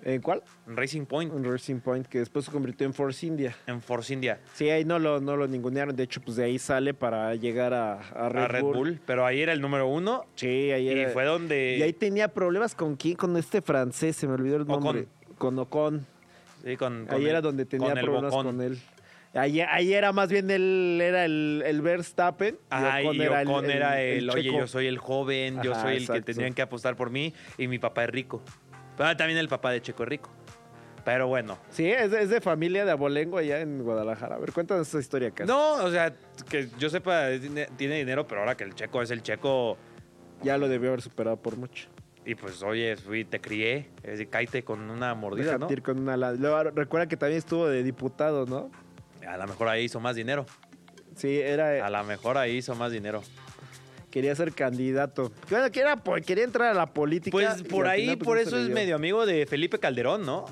Speaker 3: ¿En cuál?
Speaker 2: En Racing Point,
Speaker 3: Un Racing Point que después se convirtió en Force India.
Speaker 2: en Force India,
Speaker 3: Sí, ahí no lo, no lo ningunearon. De hecho, pues de ahí sale para llegar a, a Red,
Speaker 2: a Red Bull. Pero ahí era el número uno.
Speaker 3: Sí,
Speaker 2: Y
Speaker 3: ahí era-
Speaker 2: fue donde-
Speaker 3: Y ahí tenía problemas con quién, con este francés, se me olvidó el
Speaker 2: Ocon.
Speaker 3: nombre. Con Ocon.
Speaker 2: Sí, con, con
Speaker 3: Ahí
Speaker 2: el-
Speaker 3: era donde tenía
Speaker 2: con el
Speaker 3: problemas
Speaker 2: bocón.
Speaker 3: con él. Ahí, ahí era más bien él, era el, el Verstappen.
Speaker 2: Ajá, y Ocon era el, oye,
Speaker 3: checo".
Speaker 2: yo soy el joven, yo
Speaker 3: Ajá,
Speaker 2: soy el que
Speaker 3: exacto.
Speaker 2: tenían que apostar por mí y mi papá es rico. Pero también el papá de Checo es rico. Pero bueno.
Speaker 3: Sí, es de, es de familia de abolengo allá en Guadalajara. A ver, cuéntanos esa historia, acá.
Speaker 2: No, o sea, que yo sepa, es dine- tiene dinero, pero ahora que el Checo es el Checo,
Speaker 3: Ya lo debió haber superado por mucho.
Speaker 2: y pues oye, fui, te crié, es decir, cállate con una mordida,
Speaker 3: Deja
Speaker 2: ¿no?
Speaker 3: ir con una la- Luego, recuerda que también estuvo de diputado, ¿no?
Speaker 2: A lo mejor ahí hizo más dinero.
Speaker 3: Sí, era,
Speaker 2: A lo mejor ahí hizo más dinero.
Speaker 3: quería ser candidato. Bueno, que era po- quería entrar a la política.
Speaker 2: Pues
Speaker 3: y
Speaker 2: por
Speaker 3: al
Speaker 2: ahí,
Speaker 3: final, pues,
Speaker 2: por
Speaker 3: no
Speaker 2: eso
Speaker 3: se le
Speaker 2: es
Speaker 3: dio.
Speaker 2: medio amigo de Felipe Calderón, ¿no?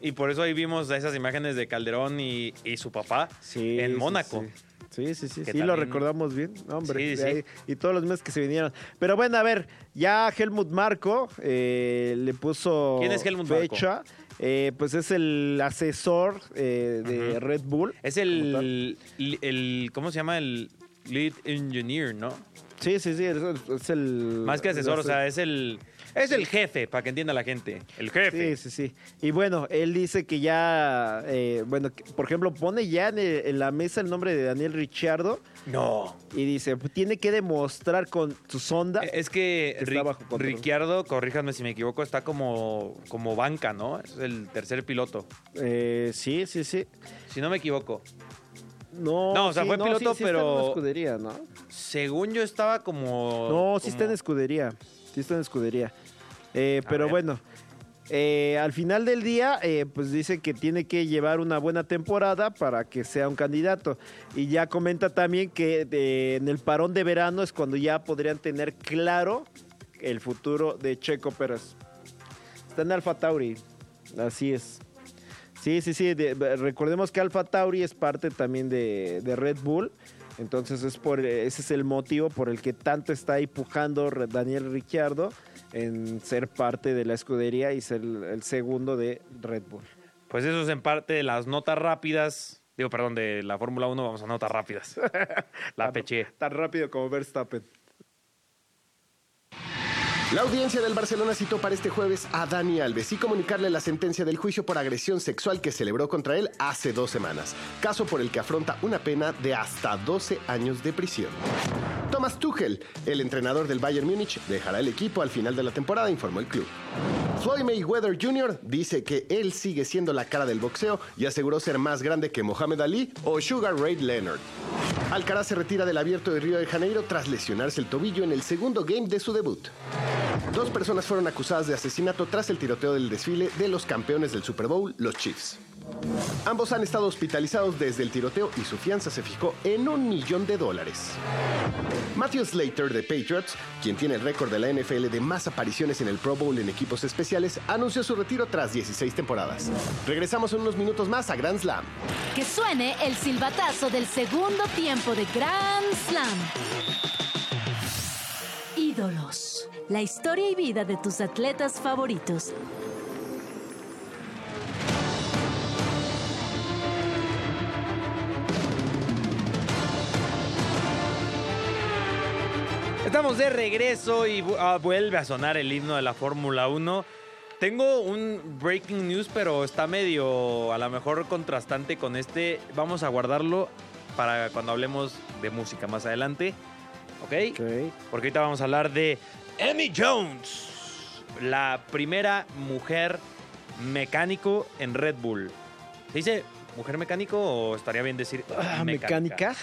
Speaker 2: Y por eso ahí vimos esas imágenes de Calderón y, y su papá
Speaker 3: Sí,
Speaker 2: en
Speaker 3: sí,
Speaker 2: Mónaco.
Speaker 3: Sí, sí, sí. Sí,
Speaker 2: Que
Speaker 3: sí, lo
Speaker 2: también-
Speaker 3: recordamos bien. No, hombre,
Speaker 2: Sí,
Speaker 3: de
Speaker 2: sí.
Speaker 3: ahí- y todos los meses que se vinieron. Pero bueno, a ver, ya Helmut Marco eh, le puso
Speaker 2: ¿Quién es Helmut Marco?
Speaker 3: fecha. Eh, pues es el asesor eh, de
Speaker 2: Ujú.
Speaker 3: Red Bull.
Speaker 2: Es
Speaker 3: como tal.
Speaker 2: el, el, ¿Cómo se llama? El lead engineer, ¿no?
Speaker 3: Sí, sí, sí. Es, es el.
Speaker 2: Más que asesor, o
Speaker 3: el-
Speaker 2: sea, es el. Es el jefe, para que entienda la gente. El jefe.
Speaker 3: Sí, sí, sí. Y bueno, él dice que ya, eh, bueno, que, por ejemplo, pone ya en, el- en la mesa el nombre de Daniel Ricciardo
Speaker 2: No.
Speaker 3: y dice, "Pues tiene que demostrar con su sonda.
Speaker 2: Es que
Speaker 3: Que está
Speaker 2: Ri-
Speaker 3: bajo control.
Speaker 2: Ricciardo, corríjanme si me equivoco, está como, como banca, ¿no? Es el tercer piloto.
Speaker 3: Eh, sí, sí, sí.
Speaker 2: Si no me equivoco.
Speaker 3: No,
Speaker 2: No, o sea,
Speaker 3: sí,
Speaker 2: fue piloto,
Speaker 3: sí, sí está en
Speaker 2: pero-
Speaker 3: una escudería, ¿no?
Speaker 2: Según yo estaba como.
Speaker 3: No, sí está en
Speaker 2: como-
Speaker 3: escudería. Sí está en escudería. Eh,
Speaker 2: A
Speaker 3: pero
Speaker 2: ver.
Speaker 3: bueno, eh, al final del día, eh, pues dice que tiene que llevar una buena temporada para que sea un candidato. Y ya comenta también que de- en el parón de verano es cuando ya podrían tener claro el futuro de Checo Pérez. Está en Alfa Tauri. Así es. Sí, sí, sí. de- de- recordemos que Alfa Tauri es parte también de, de Red Bull. Entonces es por, eh, ese es el motivo por el que tanto está ahí pujando Re- Daniel Ricciardo en ser parte de la escudería y ser el, el segundo de Red Bull.
Speaker 2: Pues eso es en parte de las notas rápidas. Digo, perdón, de la Fórmula 1 vamos a notas
Speaker 3: *laughs*
Speaker 2: rápidas.
Speaker 3: Ah,
Speaker 2: La peché.
Speaker 3: Tan rápido como Verstappen.
Speaker 1: La audiencia del Barcelona citó para este jueves a Dani Alves y comunicarle la sentencia del juicio por agresión sexual que celebró contra él hace dos semanas, caso por el que afronta una pena de hasta 12 años de prisión. Thomas Tuchel, el entrenador del Bayern Múnich, dejará el equipo al final de la temporada, informó el club. Floyd Mayweather Jr. dice que él sigue siendo la cara del boxeo y aseguró ser más grande que Mohamed Ali o Sugar Ray Leonard. Alcaraz se retira del abierto de Río de Janeiro tras lesionarse el tobillo en el segundo game de su debut. Dos personas fueron acusadas de asesinato tras el tiroteo del desfile de los campeones del Super Bowl, los Chiefs. Ambos han estado hospitalizados desde el tiroteo y su fianza se fijó en un millón de dólares. Matthew Slater de Patriots, quien tiene el récord de la NFL de más apariciones en el Pro Bowl en equipos especiales, anunció su retiro tras 16 temporadas. Regresamos en unos minutos más a Grand Slam.
Speaker 4: Que suene el silbatazo del segundo tiempo de Grand Slam. Ídolos. La historia y vida de tus atletas favoritos.
Speaker 2: Estamos de regreso y vu- ah, vuelve a sonar el himno de la Fórmula 1. Tengo un breaking news, pero está medio a lo mejor contrastante con este. Vamos a guardarlo para cuando hablemos de música más adelante. ¿Ok?
Speaker 3: Ok.
Speaker 2: Porque ahorita vamos a hablar de Emmy Jones, la primera mujer mecánico en Red Bull. ¿Se dice mujer mecánico o estaría bien decir
Speaker 3: Ah,
Speaker 2: mecánica?
Speaker 3: mecánica.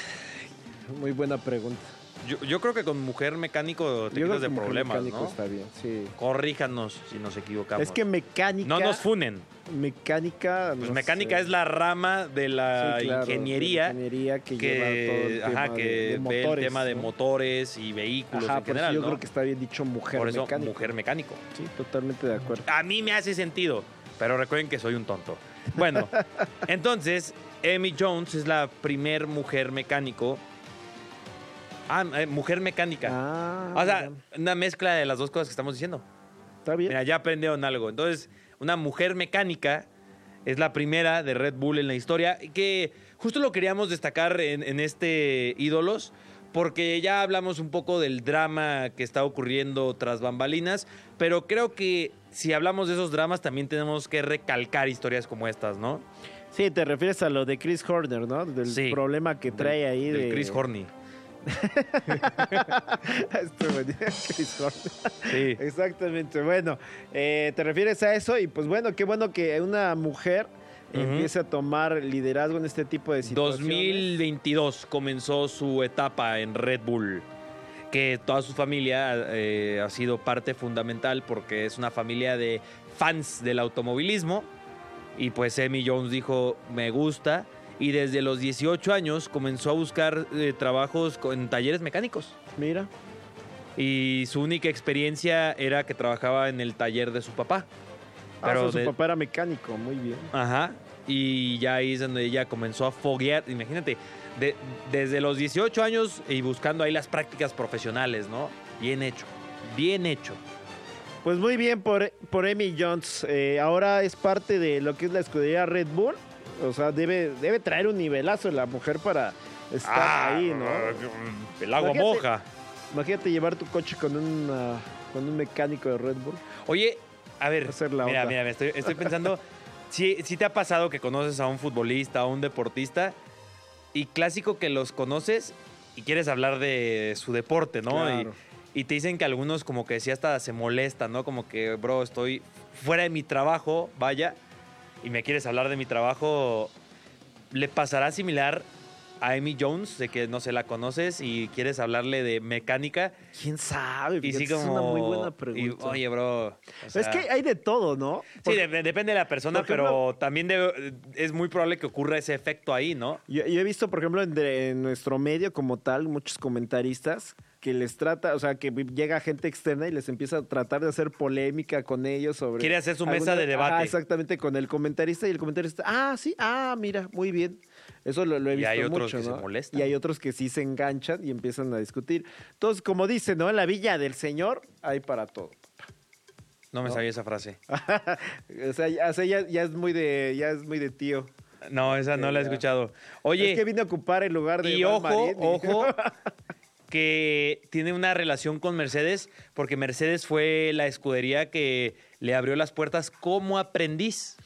Speaker 3: Muy buena pregunta.
Speaker 2: Yo, yo creo que con mujer mecánico te
Speaker 3: Yo creo
Speaker 2: quitas de
Speaker 3: que mujer
Speaker 2: problemas,
Speaker 3: mecánico
Speaker 2: ¿no?
Speaker 3: está bien, sí.
Speaker 2: Corríjanos si nos equivocamos.
Speaker 3: Es que mecánica.
Speaker 2: no nos funen.
Speaker 3: Mecánica.
Speaker 2: Pues
Speaker 3: no
Speaker 2: mecánica
Speaker 3: sé.
Speaker 2: es la rama de la
Speaker 3: Sí, claro, de la
Speaker 2: ingeniería
Speaker 3: ingeniería que,
Speaker 2: que,
Speaker 3: lleva todo el tema
Speaker 2: ajá,
Speaker 3: de-
Speaker 2: que
Speaker 3: de
Speaker 2: ve el
Speaker 3: motores,
Speaker 2: tema de
Speaker 3: ¿no?
Speaker 2: motores y vehículos pues, en
Speaker 3: Ajá, por eso
Speaker 2: general,
Speaker 3: yo
Speaker 2: ¿no?
Speaker 3: creo que está bien dicho mujer
Speaker 2: Por eso,
Speaker 3: mecánica.
Speaker 2: mujer mecánico.
Speaker 3: Sí, totalmente de acuerdo.
Speaker 2: A mí me hace sentido, pero recuerden que soy un tonto.
Speaker 3: *laughs*
Speaker 2: Bueno, entonces, Amy Jones es la primer mujer mecánico. Ah, eh, mujer mecánica.
Speaker 3: Ah,
Speaker 2: o sea,
Speaker 3: mira,
Speaker 2: una mezcla de las dos cosas que estamos diciendo.
Speaker 3: está bien.
Speaker 2: Mira, ya aprendieron algo. Entonces, una mujer mecánica es la primera de Red Bull en la historia, que justo lo queríamos destacar en, en este Ídolos, porque ya hablamos un poco del drama que está ocurriendo tras bambalinas, pero creo que si hablamos de esos dramas también tenemos que recalcar historias como estas, ¿no?
Speaker 3: Sí, te refieres a lo de Chris Horner, ¿no? Del
Speaker 2: Sí.
Speaker 3: problema que trae
Speaker 2: Del-
Speaker 3: ahí
Speaker 2: del
Speaker 3: de *laughs*
Speaker 2: Chris Horney.
Speaker 3: Este güey, Chris Horner.
Speaker 2: Sí.
Speaker 3: Exactamente. Bueno, eh, te refieres a eso y pues bueno, qué bueno que una mujer
Speaker 2: Ujú.
Speaker 3: empiece a tomar liderazgo en este tipo de situaciones.
Speaker 2: 2022 comenzó su etapa en Red Bull, que toda su familia eh, ha sido parte fundamental porque es una familia de fans del automovilismo. Y pues Amy Jones dijo, me gusta. Y desde los 18 años comenzó a buscar eh, trabajos co- en talleres mecánicos.
Speaker 3: Mira,
Speaker 2: Y su única experiencia era que trabajaba en el taller de su papá.
Speaker 3: Ah, o sea, su
Speaker 2: de-
Speaker 3: papá era mecánico, muy bien.
Speaker 2: Ajá. Y ya ahí es donde ella comenzó a foguear. Imagínate, de- desde los 18 años y buscando ahí las prácticas profesionales, ¿no? Bien hecho. Bien hecho.
Speaker 3: Pues muy bien por, por Amy Jones. Eh, ahora es parte de lo que es la escudería Red Bull. O sea, debe, debe traer un nivelazo la mujer para estar
Speaker 2: Ah,
Speaker 3: ahí, Ah, ¿no?
Speaker 2: El agua
Speaker 3: Imagínate.
Speaker 2: moja.
Speaker 3: Imagínate llevar tu coche con, una- con un mecánico de Red Bull.
Speaker 2: Oye, a ver.
Speaker 3: Va a ser la
Speaker 2: mira,
Speaker 3: otra.
Speaker 2: mira, me estoy, estoy
Speaker 3: *laughs*
Speaker 2: pensando. si, si te ha pasado que conoces a un futbolista, a un deportista, y clásico que los conoces y quieres hablar de su deporte, ¿no?
Speaker 3: Claro.
Speaker 2: Y, y te dicen que algunos, como que sí, hasta se molestan, ¿no? Como que, bro, estoy fuera de mi trabajo, vaya, y me quieres hablar de mi trabajo. ¿Le pasará similar a Amy Jones, de que no se la conoces y quieres hablarle de mecánica?
Speaker 3: ¿Quién sabe?
Speaker 2: Y sí,
Speaker 3: Fíjate,
Speaker 2: como.
Speaker 3: Es una muy buena
Speaker 2: y,
Speaker 3: pregunta.
Speaker 2: oye, bro. o
Speaker 3: es
Speaker 2: sea,
Speaker 3: que hay de todo, ¿no?
Speaker 2: Sí,
Speaker 3: Porque
Speaker 2: de- de- depende de la persona,
Speaker 3: por
Speaker 2: pero
Speaker 3: ejemplo-
Speaker 2: también debe- es muy probable que ocurra ese efecto ahí, ¿no?
Speaker 3: yo, yo he visto, por ejemplo, en, de- en nuestro medio como tal, muchos comentaristas que les trata, o sea, que llega gente externa y les empieza a tratar de hacer polémica con ellos sobre...
Speaker 2: Quiere hacer su mesa de
Speaker 3: Ajá,
Speaker 2: debate.
Speaker 3: exactamente, con el comentarista y el comentarista, ah, sí, ah, mira, muy bien. Eso lo, lo he
Speaker 2: Y
Speaker 3: visto
Speaker 2: hay otros
Speaker 3: mucho,
Speaker 2: que se
Speaker 3: ¿no?
Speaker 2: molestan.
Speaker 3: Y hay otros que sí se enganchan y empiezan a discutir. Entonces, como dice, ¿no? En la villa del señor hay para todo. *laughs*
Speaker 2: No me sabía esa frase.
Speaker 3: o sea, ya, o sea, ya- ya es muy de, ya es muy de tío.
Speaker 2: No, esa no la he
Speaker 3: ya.
Speaker 2: escuchado. Oye,
Speaker 3: es que vine a ocupar el lugar de
Speaker 2: y
Speaker 3: Iván
Speaker 2: ojo,
Speaker 3: Marín y- *laughs*
Speaker 2: ojo, que tiene una relación con Mercedes, porque Mercedes fue la escudería que le abrió las puertas como aprendiz,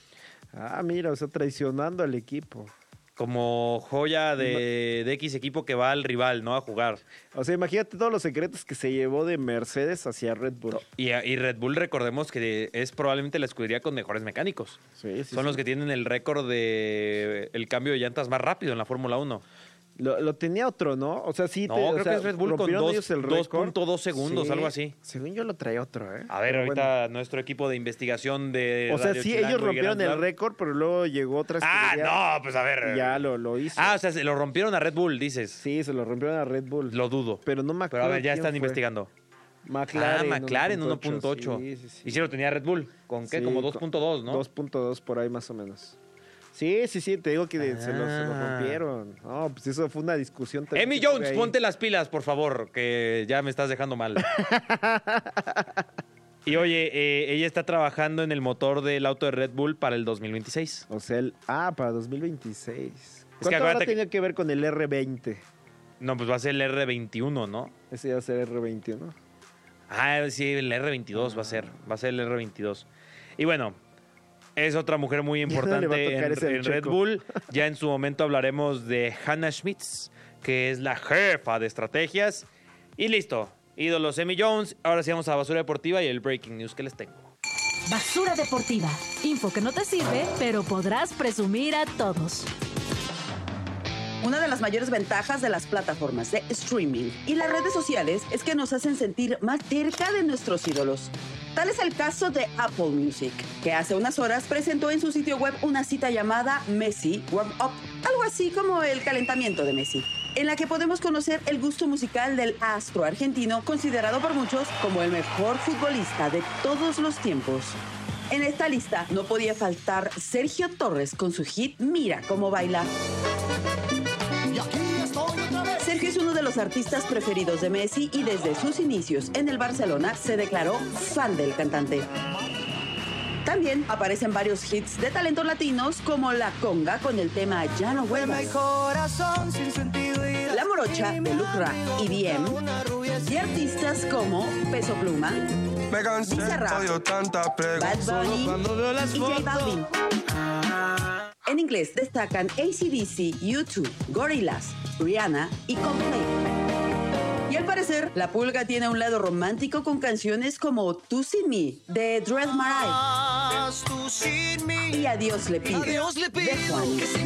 Speaker 3: ah, mira, o sea, traicionando al equipo.
Speaker 2: como joya de, de X equipo que va al rival, ¿no? A jugar.
Speaker 3: O sea, imagínate todos los secretos que se llevó de Mercedes hacia Red Bull.
Speaker 2: Y, y Red Bull, recordemos que es probablemente la escudería con mejores mecánicos.
Speaker 3: Sí, sí,
Speaker 2: Son
Speaker 3: sí.
Speaker 2: los que tienen el récord de el cambio de llantas más rápido en la Fórmula 1.
Speaker 3: Lo, lo tenía otro, ¿no? O sea, sí.
Speaker 2: No,
Speaker 3: te- o
Speaker 2: creo
Speaker 3: sea,
Speaker 2: que es Red Bull con
Speaker 3: rompieron
Speaker 2: dos-
Speaker 3: ellos el récord.
Speaker 2: 2.2 segundos,
Speaker 3: Sí.
Speaker 2: algo así.
Speaker 3: Según yo lo traía otro, ¿eh?
Speaker 2: A ver,
Speaker 3: Pero bueno.
Speaker 2: ahorita nuestro equipo de investigación de.
Speaker 3: O sea,
Speaker 2: Radio
Speaker 3: sí,
Speaker 2: Chilango
Speaker 3: ellos
Speaker 2: y
Speaker 3: rompieron
Speaker 2: Grand
Speaker 3: el
Speaker 2: Slam.
Speaker 3: récord, pero luego llegó otra escudería
Speaker 2: Ah, no, pues a ver.
Speaker 3: y ya lo, lo hizo.
Speaker 2: Ah, o sea, se lo rompieron a Red Bull, dices.
Speaker 3: Sí, se lo rompieron a Red Bull.
Speaker 2: Lo dudo.
Speaker 3: Pero no me
Speaker 2: Pero a
Speaker 3: acuerdo
Speaker 2: ver, ya
Speaker 3: quién
Speaker 2: están
Speaker 3: fue.
Speaker 2: investigando.
Speaker 3: McLaren.
Speaker 2: ah, McLaren 1.8.
Speaker 3: 1.8. Sí, sí,
Speaker 2: Y
Speaker 3: sí.
Speaker 2: si lo tenía Red Bull. ¿Con qué?
Speaker 3: Sí,
Speaker 2: Como
Speaker 3: con-
Speaker 2: 2.2, ¿no?
Speaker 3: 2.2 por ahí más o menos. Sí, sí, sí, te digo que de- se, lo, se lo
Speaker 2: Ah.
Speaker 3: rompieron. No, pues eso fue una discusión. también
Speaker 2: Emmy
Speaker 3: que tuve
Speaker 2: Jones,
Speaker 3: ahí.
Speaker 2: ponte las pilas, por favor, que ya me estás dejando
Speaker 3: *laughs*
Speaker 2: mal. y oye, eh, ella está trabajando en el motor del auto de Red Bull para el 2026.
Speaker 3: O sea, el, ah, para 2026.
Speaker 2: que
Speaker 3: ¿Cuánto habrá
Speaker 2: acuérdate que-
Speaker 3: tenido que... ver con el R20?
Speaker 2: No, pues va a ser el R21, ¿no?
Speaker 3: Ese iba a ser R21. ¿no?
Speaker 2: Ah, sí, el R22 va a ser. Va a ser el R22. Y bueno, es otra mujer
Speaker 3: *laughs*
Speaker 2: muy
Speaker 3: no le va a
Speaker 2: importante en,
Speaker 3: tocar ese
Speaker 2: en Red
Speaker 3: checo. *laughs*
Speaker 2: Bull. Ya en su momento hablaremos de Hannah Schmitz, que es la jefa de estrategias. Y listo, ídolos Emmy Jones. Ahora sí vamos a Basura Deportiva y el Breaking News que les tengo.
Speaker 4: Basura deportiva. Info que no te sirve, pero podrás presumir a todos.
Speaker 8: Una de las mayores ventajas de las plataformas de streaming y las redes sociales es que nos hacen sentir más cerca de nuestros ídolos. Tal es el caso de Apple Music, que hace unas horas presentó en su sitio web una cita llamada Messi Warm Up, algo así como el calentamiento de Messi, en la que podemos conocer el gusto musical del astro argentino, considerado por muchos como el mejor futbolista de todos los tiempos. En esta lista no podía faltar Sergio Torres con su hit Mira cómo baila. Sergio es uno de los artistas preferidos de Messi y desde sus inicios en el Barcelona se declaró fan del cantante. También aparecen varios hits de talentos latinos como La Conga con el tema Ya no vuelvas. La Morocha de Lucra y Diem. Y artistas como Peso Pluma, Bizarrap, Bad Bunny y J Balvin. En inglés destacan ACDC, U2, Gorillaz, Rihanna y Coldplay. Y al parecer, La Pulga tiene un lado romántico con canciones como Tú sin mí, de Dread Marai y Adiós le pido, de Juanes.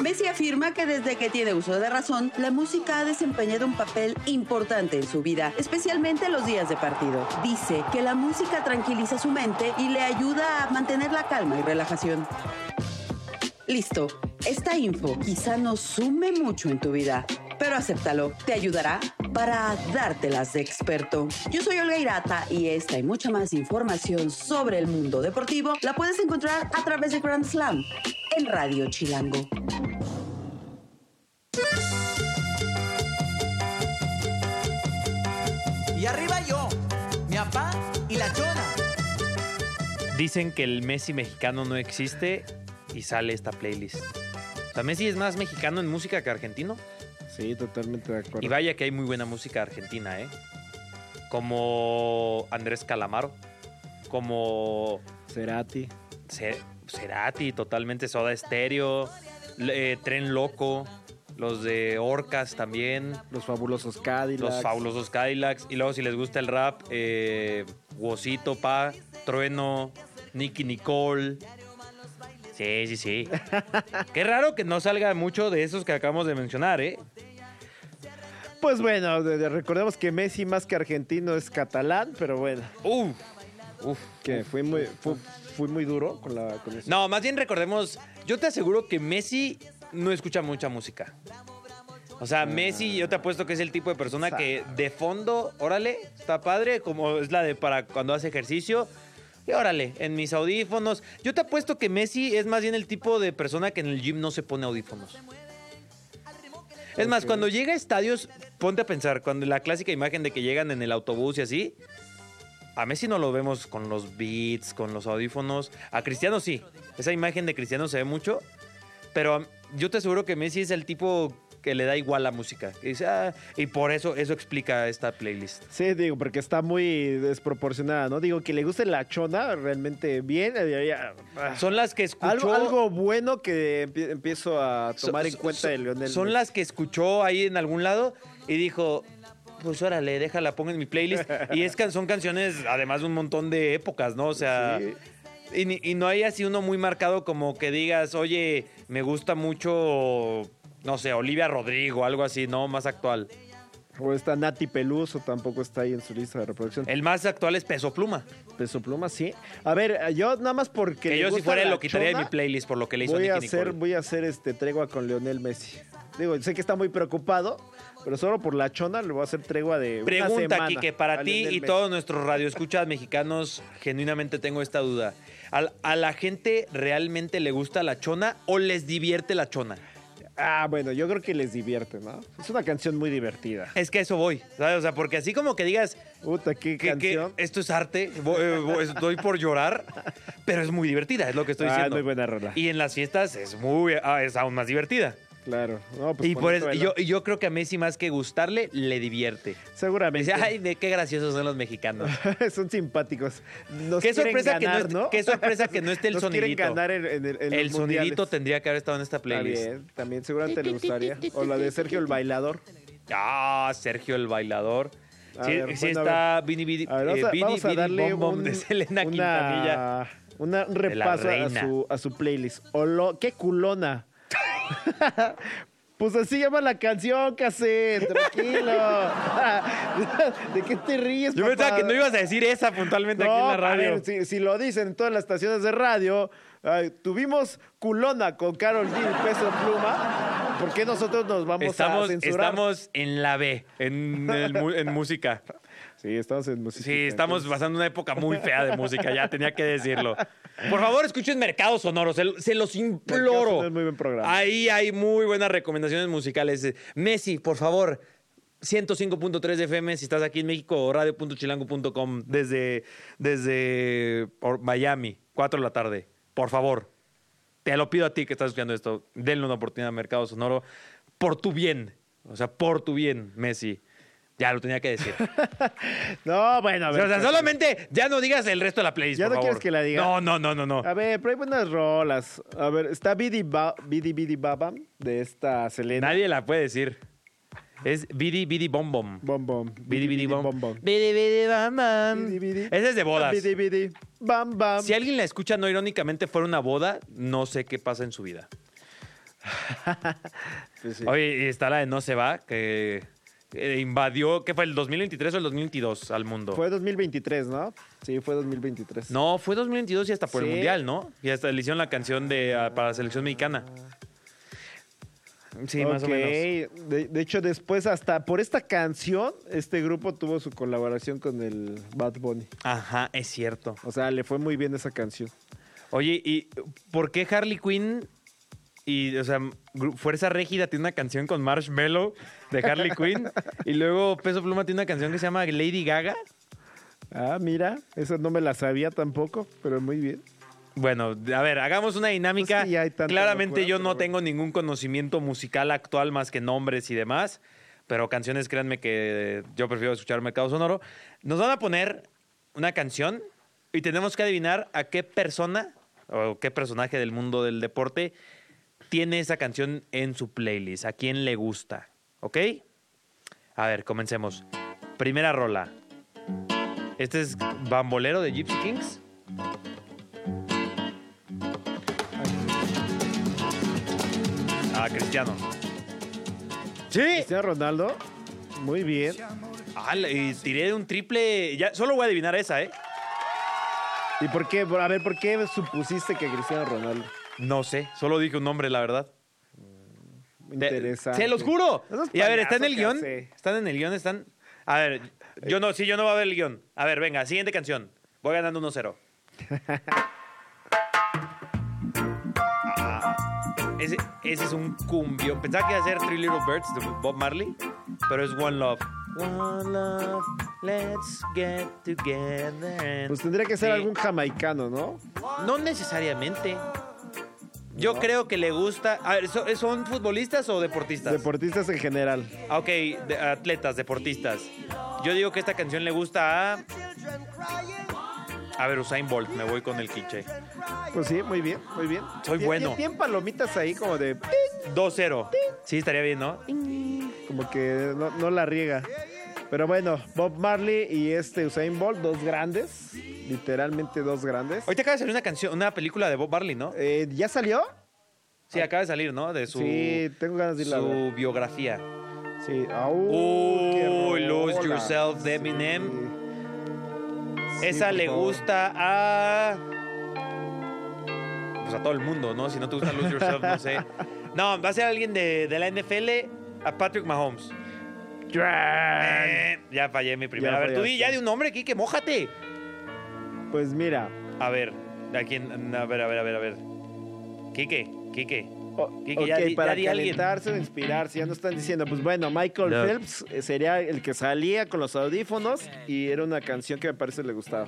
Speaker 8: Messi afirma que desde que tiene uso de razón, la música ha desempeñado un papel importante en su vida, especialmente en los días de partido. Dice que la música tranquiliza su mente y le ayuda a mantener la calma y relajación. Listo, esta info quizá no sume mucho en tu vida, pero acéptalo, te ayudará para dártelas de experto. Yo soy Olga Irata y esta y mucha más información sobre el mundo deportivo la puedes encontrar a través de Grand Slam en Radio Chilango.
Speaker 9: Y arriba yo, mi papá y la chona.
Speaker 2: Dicen que el Messi mexicano no existe y sale esta playlist. O sea, Messi es más mexicano en música que argentino.
Speaker 3: Sí, totalmente de acuerdo.
Speaker 2: Y vaya que hay muy buena música argentina, ¿eh? Como Andrés Calamaro, como
Speaker 3: Cerati.
Speaker 2: Ce- Cerati, totalmente Soda Estéreo, Tren Loco, los de Orcas también,
Speaker 3: Los fabulosos Cadillacs.
Speaker 2: los fabulosos Cadillacs. Y luego, si les gusta el rap, eh, Wosito, Pa, Trueno, Nicky Nicole. Sí, sí, sí. Qué raro que no salga mucho de esos que acabamos de mencionar, ¿eh?
Speaker 3: Pues bueno, de- de- recordemos que Messi más que argentino es catalán, pero bueno,
Speaker 2: Uf, uf.
Speaker 3: que fue muy, fue, fue muy duro con la con eso.
Speaker 2: No, más bien recordemos, yo te aseguro que Messi no escucha mucha música. O sea, Messi, yo te apuesto que es el tipo de persona que de fondo, órale, está padre, como es la de para cuando hace ejercicio. Y órale, en mis audífonos. Yo te apuesto que Messi es más bien el tipo de persona que en el gym no se pone audífonos. Es más, cuando llega a estadios, ponte a pensar, cuando la clásica imagen de que llegan en el autobús y así, a Messi no lo vemos con los beats, con los audífonos. A Cristiano sí. Esa imagen de Cristiano se ve mucho. Pero um, yo te aseguro que Messi es el tipo que le da igual la música. que dice, "Ah", y por eso, eso explica esta playlist.
Speaker 3: Sí, digo, porque está muy desproporcionada, ¿no? Digo, que le guste la chona realmente bien. eh, ya- ah.
Speaker 2: Son las que escuchó.
Speaker 3: algo, algo bueno que empie- empiezo a
Speaker 2: so-
Speaker 3: tomar en
Speaker 2: so-
Speaker 3: cuenta
Speaker 2: so-
Speaker 3: de Lionel.
Speaker 2: Son
Speaker 3: Messi.
Speaker 2: las que escuchó ahí en algún lado y dijo. Pues órale, déjala, pongo en mi playlist. Y es can- son canciones, además de un montón de épocas, ¿no? O sea,
Speaker 3: Sí.
Speaker 2: Y, ni- y no hay así uno muy marcado como que digas, oye, Me gusta mucho, no sé, Olivia Rodrigo, algo así, ¿no? Más actual.
Speaker 3: O está Nati Peluso, tampoco está ahí en su lista de reproducción.
Speaker 2: El más actual es Peso Pluma.
Speaker 3: Peso Pluma, sí. A ver, eh, yo nada más porque.
Speaker 2: Que,
Speaker 3: le
Speaker 2: yo si
Speaker 3: gusta
Speaker 2: fuera
Speaker 3: la
Speaker 2: él lo quitaría de
Speaker 3: chona,
Speaker 2: mi playlist por lo que le hizo a
Speaker 3: voy a
Speaker 2: Nicki
Speaker 3: hacer,
Speaker 2: Nicole.
Speaker 3: Voy a hacer este tregua con Leonel Messi. Digo, sé que está muy preocupado, pero solo por la chona le voy a hacer tregua de. una
Speaker 2: Pregunta,
Speaker 3: semana
Speaker 2: Kike, para
Speaker 3: a
Speaker 2: ti
Speaker 3: Lionel
Speaker 2: y
Speaker 3: Messi.
Speaker 2: todos nuestros radioescuchas mexicanos, genuinamente tengo esta duda. ¿Al- ¿A la gente realmente le gusta la chona o les divierte la chona?
Speaker 3: Ah, bueno, yo creo que les divierte, ¿no? Es una canción muy divertida.
Speaker 2: Es que a eso voy, ¿sabes? O sea, porque así como que digas
Speaker 3: Puta, qué,
Speaker 2: que, que
Speaker 3: canción.
Speaker 2: esto es arte, voy- eh, voy- estoy por llorar, pero es muy divertida, es lo que estoy
Speaker 3: Ah, es
Speaker 2: diciendo.
Speaker 3: muy buena rola.
Speaker 2: Y en las fiestas es muy, ah, es aún más divertida.
Speaker 3: Claro. No, pues
Speaker 2: y por eso,
Speaker 3: ponete
Speaker 2: y
Speaker 3: a
Speaker 2: yo,
Speaker 3: bailar.
Speaker 2: y yo creo que a Messi más que gustarle, le divierte. Me
Speaker 3: Seguramente.
Speaker 2: dice, ay, de qué graciosos son los mexicanos.
Speaker 3: *laughs* Son simpáticos. Nos
Speaker 2: Qué
Speaker 3: quieren
Speaker 2: sorpresa que no
Speaker 3: ganar,
Speaker 2: est- qué sorpresa que no esté el
Speaker 3: Nos
Speaker 2: sonidito.
Speaker 3: quieren ganar en, en el, en los
Speaker 2: El sonidito
Speaker 3: mundiales.
Speaker 2: tendría que haber estado en esta playlist.
Speaker 3: También, también seguramente le gustaría. O la de Sergio el Bailador.
Speaker 2: Ah, Sergio el bailador.
Speaker 3: A
Speaker 2: Sí,
Speaker 3: ver,
Speaker 2: sí
Speaker 3: bueno, a
Speaker 2: está
Speaker 3: ver.
Speaker 2: Bini Bini,
Speaker 3: A ver,
Speaker 2: eh,
Speaker 3: vamos, a,
Speaker 2: Bini,
Speaker 3: vamos a
Speaker 2: Bini
Speaker 3: darle
Speaker 2: Bom Bom
Speaker 3: un,
Speaker 2: de Selena
Speaker 3: una-
Speaker 2: Quintanilla.
Speaker 3: una- un
Speaker 2: la
Speaker 3: repaso a
Speaker 2: reina.
Speaker 3: su, a su playlist. Olo- ¡Qué culona! *laughs* pues así llama la canción, Cassette. Tranquilo. *laughs* ¿De qué te ríes,
Speaker 2: Yo pensaba
Speaker 3: papá?
Speaker 2: que no ibas a decir esa puntualmente aquí en
Speaker 3: No,
Speaker 2: la
Speaker 3: a
Speaker 2: radio.
Speaker 3: ver, si, si lo dicen en todas las estaciones de radio, ay, tuvimos culona con Carol G y Peso Pluma. ¿Por qué nosotros nos vamos a
Speaker 2: Estamos,
Speaker 3: censurar?
Speaker 2: estamos en la B, en, el mu- en música.
Speaker 3: Sí, estamos en música.
Speaker 2: Sí, estamos pasando una época muy fea de música, ya tenía que decirlo. Por favor, escuchen Mercados Sonoros, se, se los
Speaker 3: Mercado
Speaker 2: imploro.
Speaker 3: Sonoro es muy buen programa.
Speaker 2: Ahí hay muy buenas recomendaciones musicales. Messi, por favor, 105.3 de FM, si estás aquí en México, o radio.chilango.com desde, desde por- Miami, 4 de la tarde. Por favor, te lo pido a ti que estás escuchando esto, denle una oportunidad a Mercado Sonoro por tu bien. O sea, por tu bien, Messi. Ya lo tenía que decir.
Speaker 3: No, bueno, a ver.
Speaker 2: O sea, solamente ya no digas el resto de la playlist.
Speaker 3: Ya
Speaker 2: por
Speaker 3: no
Speaker 2: favor.
Speaker 3: quieres que la diga.
Speaker 2: No, no, no, no, no.
Speaker 3: A ver, pero hay buenas rolas. A ver, está Bidi, ba Bidi Bidi Babam de esta Selena.
Speaker 2: Nadie la puede decir. Es Bidi Bidi Bom Bom.
Speaker 3: Bom Bom.
Speaker 2: Bidi Bidi Bom Bom.
Speaker 3: Bom.
Speaker 2: Bidi Bidi Bom Bom.
Speaker 3: Bidi Bidi.
Speaker 2: Esa es de bodas.
Speaker 3: Bidi Bidi Bam Bam.
Speaker 2: Si alguien la escucha no irónicamente fuera una boda, no sé qué pasa en su vida.
Speaker 3: Sí, sí.
Speaker 2: Oye, y está la de No se va, que eh, invadió, ¿qué fue? ¿El 2023 o el 2022 al mundo?
Speaker 3: Fue 2023, ¿no? Sí, fue 2023.
Speaker 2: No, fue 2022 y hasta por el
Speaker 3: Sí.
Speaker 2: Mundial, ¿no? Y hasta le hicieron la canción de, ah, para la selección mexicana. Sí, más o
Speaker 3: Ok,
Speaker 2: menos.
Speaker 3: De, de hecho, después, hasta por esta canción, este grupo tuvo su colaboración con el Bad Bunny.
Speaker 2: Ajá, es cierto.
Speaker 3: O sea, le fue muy bien esa canción.
Speaker 2: Oye, ¿y por qué Harley Quinn y, o sea, Gru- Fuerza Régida tiene una canción con Marshmello de Harley Quinn y luego Peso Pluma tiene una canción que se llama Lady Gaga?
Speaker 3: Ah, mira, esa no me la sabía tampoco, pero muy bien.
Speaker 2: Bueno, a ver, hagamos una dinámica.
Speaker 3: Pues sí, hay tanta
Speaker 2: Claramente
Speaker 3: locura,
Speaker 2: yo no
Speaker 3: pero
Speaker 2: tengo ningún conocimiento musical actual más que nombres y demás, pero canciones, créanme que yo prefiero escuchar Mercado Sonoro. Nos van a poner una canción y tenemos que adivinar a qué persona o qué personaje del mundo del deporte tiene esa canción en su playlist, a quién le gusta, ¿ok? A ver, comencemos. Primera rola. Este es Bambolero de Gypsy Kings. Ah, Cristiano. Sí.
Speaker 3: Cristiano Ronaldo, muy bien.
Speaker 2: Ah, la- y tiré de un triple. Ya, solo voy a adivinar esa, ¿eh?
Speaker 3: ¿Y por qué? A ver, ¿por qué supusiste que Cristiano Ronaldo?
Speaker 2: No sé, solo dije un nombre, la verdad. Te-
Speaker 3: Interesante.
Speaker 2: Se los juro.
Speaker 3: No seas
Speaker 2: Y a ver, ¿está en
Speaker 3: payaso,
Speaker 2: el guión?
Speaker 3: Case.
Speaker 2: ¿Están en el guión? ¿Están? A ver, yo no, sí, yo no voy a ver el guión. A ver, venga, siguiente canción. Voy ganando *laughs* 1-0. Ah, ese, ese es un cumbio. Pensaba que iba a ser Three Little Birds de Bob Marley, pero es One Love. One Love, let's get together.
Speaker 3: Pues tendría que ser
Speaker 2: Sí.
Speaker 3: algún jamaicano, ¿no?
Speaker 2: No necesariamente. Yo creo que le gusta. A ver, ¿so- ¿son futbolistas o deportistas?
Speaker 3: Deportistas en general.
Speaker 2: Ah, Ok, de- atletas, deportistas. Yo digo que esta canción le gusta a. A ver, Usain Bolt, me voy con el quiche.
Speaker 3: Pues sí, muy bien, muy bien.
Speaker 2: Soy
Speaker 3: Tien-
Speaker 2: bueno.
Speaker 3: tien- Tienen palomitas ahí como de...
Speaker 2: 2-0. Sí, estaría bien, ¿no?
Speaker 3: como que no, no la riega. Pero bueno, Bob Marley y este Usain Bolt, dos grandes, literalmente dos grandes.
Speaker 2: Ahorita acaba de salir una canción, una película de Bob Marley, ¿no?
Speaker 3: Eh, ¿Ya salió?
Speaker 2: Sí, acaba de salir, ¿no? De su,
Speaker 3: sí, tengo ganas de ir a ver.
Speaker 2: su biografía.
Speaker 3: Sí. ¡Au! qué
Speaker 2: Uy, Lose
Speaker 3: rola!
Speaker 2: Yourself de Eminem.
Speaker 3: Sí,
Speaker 2: Esa
Speaker 3: por
Speaker 2: le
Speaker 3: favor.
Speaker 2: gusta a. Pues a todo el mundo, ¿no? Si no te gusta Lose Yourself, no sé. No, va a ser alguien de, de la NFL a Patrick Mahomes. Eh, ya fallé mi primera.
Speaker 3: Ya
Speaker 2: a ver, tú di
Speaker 3: fallaste.
Speaker 2: ya de un nombre, Kike, mójate.
Speaker 3: Pues mira,
Speaker 2: A ver, ¿a quién? A ver, a ver, a ver, a ver. Quique, Quique.
Speaker 3: O-
Speaker 2: Kike, ya
Speaker 3: Oh, ok,
Speaker 2: di- ya
Speaker 3: para
Speaker 2: di alguien.
Speaker 3: calentarse o inspirarse, ya no están diciendo, pues bueno, Michael
Speaker 2: No.
Speaker 3: Phelps eh, sería el que salía con los audífonos y era una canción que me parece le gustaba.